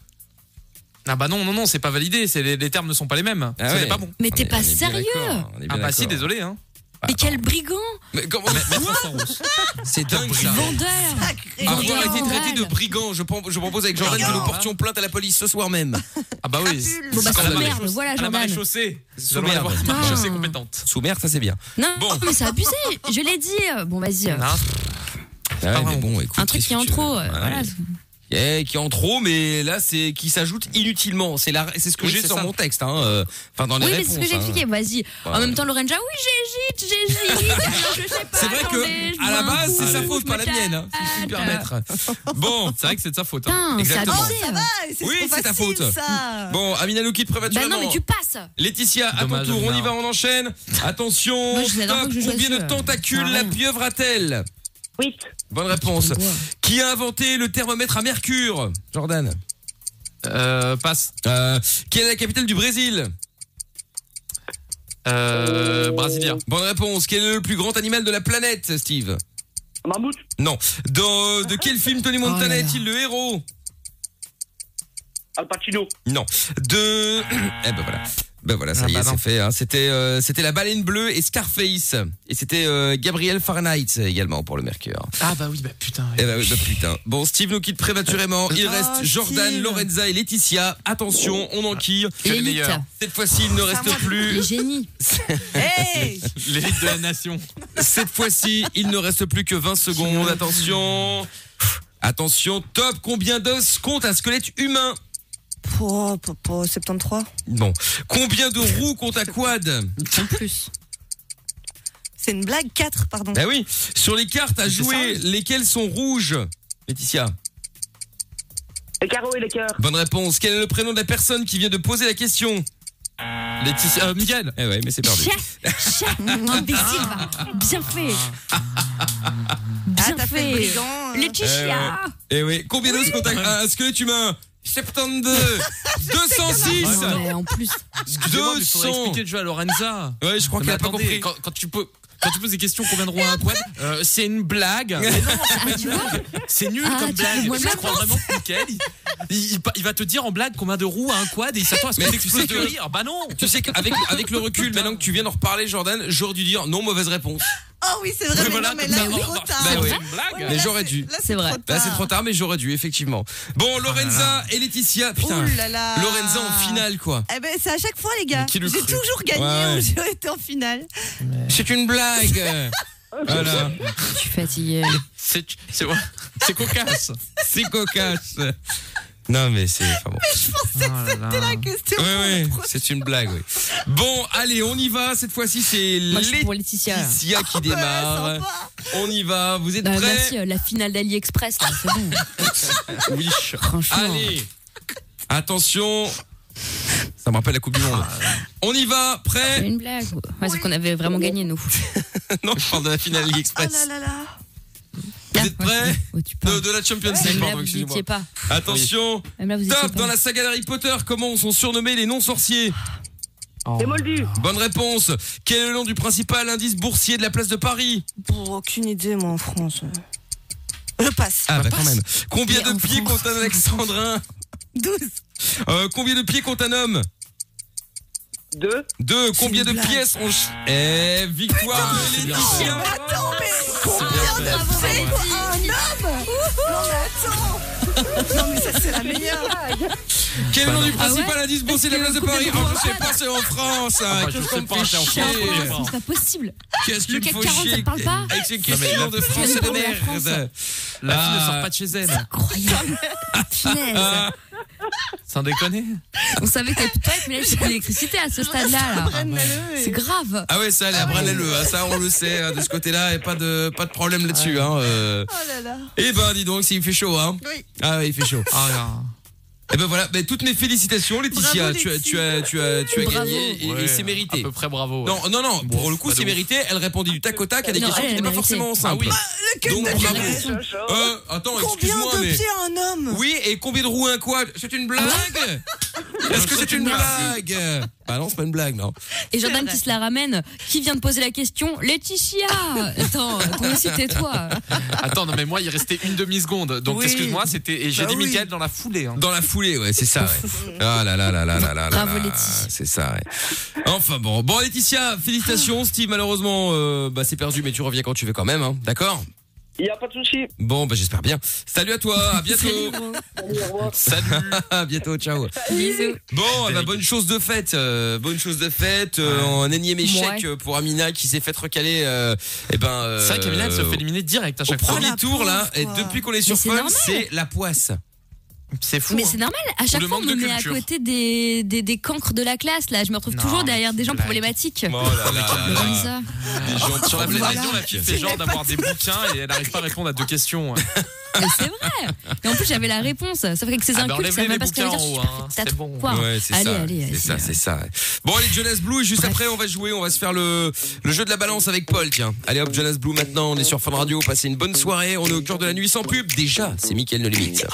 F: Ah bah non, non, non, c'est pas validé. c'est Les, les termes ne sont pas les mêmes.
B: Ah
F: Ce
B: ouais.
F: n'est pas bon.
E: Mais
B: On
E: t'es
B: est- on
E: pas
B: est bien
E: sérieux
B: d'accord, on est bien
F: Ah bah si,
B: d'accord.
F: désolé. Ah, Hein.
E: Mais quel brigand
B: Mais comment C'est dingue ça.
E: Vendeur
D: Sacré.
E: Ah,
B: Après avoir été
E: Brigand.
B: traité de brigand, je, prom- je propose avec Jordan que nous
F: Brigand.
B: portions plainte à la police ce soir même.
F: Ah bah oui.
D: Crapule.
E: Bon bah
F: À la
E: sous
F: marée-
E: merde, voilà Ah.
F: à la
E: Jordan.
F: marée-chaussée.
B: Sous
F: Nous allons
B: merde.
F: avoir une marée-chaussée compétente.
B: Sous mer, ça c'est bien.
E: Non,
B: Bon.
E: mais c'est abusé, je l'ai dit. Bon vas-y, euh,
F: Hein
B: Ah Ouais,
F: vraiment
B: mais bon, écoute,
E: un truc
B: qu'est-ce
E: qui est
B: que
E: en
B: tu
E: trop.
B: veux Ah
E: euh,
B: Ouais.
E: voilà.
B: Eh, qui est en trop, mais là c'est qui s'ajoute inutilement. C'est la... c'est ce que
F: Oui,
B: j'ai
F: c'est
B: sur
F: ça.
B: mon texte, hein, euh, Enfin dans les
E: Oui, mais
B: réponses.
E: c'est ce que j'ai
B: hein.
E: expliqué, vas-y.
B: Ouais.
E: En même temps, Lorenza, oui, j'hésite, j'hésite, je sais pas.
B: C'est vrai
E: attendez, je
B: que à
E: bois
B: la
E: un
B: base c'est
E: coup,
B: sa
E: je
B: faute,
E: me
B: pas la
E: calme.
B: mienne, hein, si je puis me permettre. Bon,
F: C'est vrai que c'est de sa faute. hein.
E: Putain, c'est
B: Exactement.
E: abusé.
D: Ça va, Ah, c'est
B: Oui,
D: trop
B: c'est ta
D: facile,
B: faute.
D: Ça.
B: bon, Amina nous quitte
E: Bah
B: prématurément.
E: non, mais tu passes.
B: Laetitia, à ton
F: Dommage,
B: tour, on y
F: Amina.
B: va, on enchaîne. Attention,
E: Moi, je l'adore
B: stop,
E: que je joue à
B: combien
E: ce
B: de
E: jeu.
B: tentacules
E: Ah,
B: la
E: ouais.
B: pieuvre a-t-elle
I: 8.
B: Bonne réponse. Qui a inventé le thermomètre à mercure Jordan.
F: Euh, passe.
B: Euh, qui est la capitale du Brésil
F: Euh, Brasilia.
B: Bonne réponse. Quel est le plus grand animal de la planète, Steve
I: Mammouth.
B: Non. Dans, euh, de quel film Tony
E: Oh
B: Montana
E: là là.
B: est-il le héros
I: Al Pacino.
B: Non. De. eh ben voilà. Ben voilà, ça
F: Ah
B: y est,
F: bah non.
B: c'est fait. hein. C'était, euh, c'était la baleine bleue et Scarface. Et c'était euh, Gabriel Fahrenheit également pour le Mercure.
F: Ah bah oui, bah putain.
B: Eh ben oui, bah putain. Bon, Steve nous quitte prématurément. Il
F: Ah,
D: Oh,
B: reste Jordan,
D: Steve.
B: Lorenza et Laetitia. Attention, on
F: Ah,
B: enquille.
F: C'est le
E: L'élite.
F: meilleur.
B: Cette fois-ci, il ne reste plus.
E: Les génies.
D: Hey
F: L'élite de la nation.
B: Cette fois-ci, il ne reste plus que 20 secondes. Attention. Attention, top. Combien d'os compte un squelette humain
D: pour, pour, pour 73
B: Bon. Combien de roues compte un quad
E: En plus.
D: C'est une blague 4, pardon.
B: Ben oui. Sur les cartes à jouer, lesquelles sont rouges Laetitia.
I: Les carreaux et les cœurs.
B: Bonne réponse. Quel est le prénom de la personne qui vient de poser la question Laetitia. euh, Miguel. Eh ouais, mais c'est perdu.
E: Chat, chat, imbécile, va. Bien fait.
D: Ah,
E: Bien
D: t'as fait
E: fait.
D: le brigand. euh.
E: Les chichia.
B: Eh oui. Combien d'os compte un, un squelette humain 72 206
E: Non, mais en plus.
B: Ah,
F: Excusez-moi, mais il faudrait
B: 200.
F: expliquer le jeu à Lorenza.
B: Ouais, je crois
F: Mais
B: qu'elle a pas
F: attendez,
B: compris.
F: Quand, quand tu peux. Quand tu poses des questions, combien de rois à quad euh, C'est une blague.
E: Ah, tu vois
F: C'est nul
E: Ah,
F: comme
E: tu-
F: blague.
E: moi,
F: je
E: maintenant,
F: crois vraiment que Mickaël, il, il- il pa- il va te dire en blague combien de roues a un quad et il s'attend à ce
B: Mais
F: que tu
B: tu sais
F: sais
B: que-
F: que rire. Bah non
B: Tu sais qu'avec avec le recul, maintenant que tu viens d'en reparler, Jordan, j'aurais dû dire non, mauvaise réponse.
D: Oh oui, c'est vrai, mais,
F: voilà,
D: non, mais
F: comme
D: là,
F: ça,
D: c'est
F: on
D: trop
F: part-
D: tard.
B: Bah oui.
D: Ouais,
F: blague.
B: Mais
D: là,
B: j'aurais dû.
D: là,
E: C'est vrai.
D: trop
B: Là, c'est
D: tard.
B: trop tard, mais j'aurais dû, effectivement.
F: Ah
B: Bon, Lorenza et Laetitia. Putain,
D: Ouh là là.
B: Lorenza en finale, quoi.
D: Eh ben, c'est à chaque fois, les gars.
F: Mais
D: J'ai
F: qui le crut
D: toujours gagné
B: Ouais.
D: ou j'ai été en finale.
B: C'est une blague. voilà,
E: Je suis fatiguée.
F: C'est c'est- c'est cocasse.
B: c'est cocasse. Non, mais c'est. Enfin bon.
F: Oh
D: C'était
B: Ah.
D: la question.
B: Oui, oui, c'est une blague, oui. Bon, allez, on y va. Cette fois-ci, c'est
E: Moi, je suis pour
B: Laetitia
E: Laetitia. là.
B: qui
D: Ouais,
B: démarre.
D: sympa.
B: On y va. Vous êtes
E: Bah,
B: prêts
E: merci, euh, la finale d'AliExpress, là, c'est bon.
B: Oui.
E: Franchement.
B: Allez Attention Ça me rappelle la Coupe du Monde. On y va,
E: C'est
B: prêt
E: une blague. Ah. Ouais, c'est qu'on avait vraiment gagné, nous.
B: Non, je parle de la finale
E: Ah,
B: Ligue
D: Oh
B: Express.
D: là là là.
B: Vous êtes prêts
E: Oh, tu
B: de,
E: parles.
B: de la Champions League,
E: Même là,
B: pardon,
E: vous n'y
B: excusez-moi.
E: étiez pas.
B: Attention
E: Même là, vous y étiez
B: Top
E: pas.
B: Dans la saga d'Harry Potter, comment sont surnommés les non-sorciers
I: Les moldus.
B: Bonne réponse Quel est le nom du principal indice boursier de la place de Paris
D: Pour aucune idée, moi, en France. Je Euh, passe.
B: Ah bah quand même. Combien
E: Mais en
B: de pieds
E: France.
B: compte un alexandrin
D: 12.
B: Euh, Combien de pieds compte un homme
I: 2.
B: Deux.
D: C'est
B: Combien
D: une
B: de
D: blague.
B: pièces on... ch- Eh, victoire de
D: Ah,
B: Laetitia
D: Attends, mais combien de faits un homme Non, mais attends Oh Non, mais ça, c'est la meilleure
B: Quel est le nom du
E: Ah ouais
B: principal indice bossé de la place de Paris
E: combien de
B: Ah, Je sais pas, c'est en France hein.
F: bah, je
B: Qu'est-ce
F: sais
B: qu'on me
F: pas,
B: fait
F: c'est en
B: chier
F: France, on est
E: C'est pas possible.
B: Qu'est-ce
E: Le
B: qu'il
E: CAC
B: faut
E: 40, ça
B: chier Eh,
E: te parle pas
B: Avec ces
F: Non, mais
B: questions
F: la-
B: de français de
E: la- la France.
B: merde
F: La fille ne
B: Ah.
F: sort pas de chez elle.
E: Incroyable. Punaise.
F: Sans déconner.
E: On savait qu'elle pouvait être, mais là, j'ai de l'électricité à ce stade-là. là. C'est grave.
B: Ah ouais, ça, allez, abranlez-le, hein, ça on le sait, hein, de ce côté-là, et pas de, pas de problème là-dessus. Hein, euh.
D: Oh là là
B: Eh ben, dis donc, s'il fait chaud, hein.
D: Oui.
B: Ah ouais, il fait chaud.
F: Ah, là.
B: Et ben voilà, ben, toutes mes félicitations, Laetitia.
D: Bravo,
B: tu, as,
D: Lexi.
B: tu as, tu as, tu as
E: Bravo.
B: gagné et, et
F: Ouais,
B: c'est
F: À
B: mérité.
F: peu près bravo. ouais.
B: Non, non, non, pour le coup,
F: pas de
B: c'est
F: ouf.
B: mérité. Elle répondit du tac au tac à des
E: Non,
B: questions
E: elle,
B: qui
E: elle
B: n'étaient pas
E: méritait.
B: forcément simples.
D: Le cul
B: Donc,
D: de
B: bravo.
D: la
E: Raison.
B: Euh, attends,
D: Combien
B: excuse-moi,
D: de
B: mais.
D: pieds un homme
B: Oui, et combien de roues un quad C'est une blague Est-ce que c'est une blague Bah non, c'est pas une blague, non.
E: Et Jordan
D: vrai.
E: qui se la ramène, qui vient de poser la question Laetitia Attends, toi aussi tais-toi.
F: Attends, non, mais moi, il restait une demi-seconde. Donc,
D: Oui.
F: excuse-moi, c'était. Et j'ai
D: Bah
F: dit
D: oui.
F: Mickaël dans la foulée. hein.
B: Dans la foulée, ouais, c'est ça, ouais. Ah là là là là là là là.
E: Bravo,
B: là,
E: Laetitia.
B: C'est ça, ouais. Enfin bon. Bon, Laetitia, félicitations. Steve, malheureusement, euh, bah, c'est perdu, mais tu reviens quand tu veux quand même, hein. D'accord
I: Il n'y a pas de souci.
B: Bon, bah, j'espère bien. Salut à toi, à bientôt.
I: Salut, au revoir.
B: Salut. à bientôt, ciao.
E: Bisous.
B: Bon, eh ben, bonne chose de fête, euh, bonne chose de fête, euh, un énième échec
E: Ouais.
B: euh, pour Amina qui s'est fait recaler. Euh, et ben, euh,
F: C'est vrai qu'Amina, elle se fait éliminer direct à
B: au
F: chaque fois.
B: premier
D: Oh, la
B: tour là, et
D: pauvre, quoi.
B: depuis qu'on est sur
E: c'est
B: Fun,
E: normal.
B: c'est la poisse.
F: C'est fou.
E: Mais
F: hein.
E: c'est normal, à chaque
F: le
E: fois on
F: manque
E: me
F: de
E: met à
F: culture.
E: côté des, des, des cancres de la classe, là. Je me retrouve
F: Non,
E: toujours
F: mais
E: derrière
F: c'est
E: des gens
F: une blague.
E: problématiques.
B: Oh là là là
E: Comme
B: là.
E: ça.
F: Les gens sur la
B: Voilà.
F: planète, la fille fait genre d'avoir des bouquins et elle n'arrive pas à répondre à deux questions.
E: Mais c'est vrai. Et en plus, j'avais la réponse. Sauf qu'avec ces
F: Ah, bah,
E: incultes, ça
F: enlève-les
E: ne
F: les
E: pas ce qu'elle
F: bouquins
E: veut
F: en
E: dire.
F: haut.
E: Je
F: hein.
E: suis
F: C'est bon.
E: Quoi
B: Ouais, c'est
E: Allez,
B: ça.
E: allez,
B: c'est
E: allez.
B: ça, c'est ça. ouais. Bon, allez, Jonas Blue, et juste
E: Bref.
B: après, on va jouer, on va se faire le, le jeu de la balance avec Paul, tiens. Allez hop, Jonas Blue, maintenant, on est sur Fun Radio, passez une bonne soirée, on est au cœur de la nuit sans pub. Déjà, c'est Mickaël No Limite.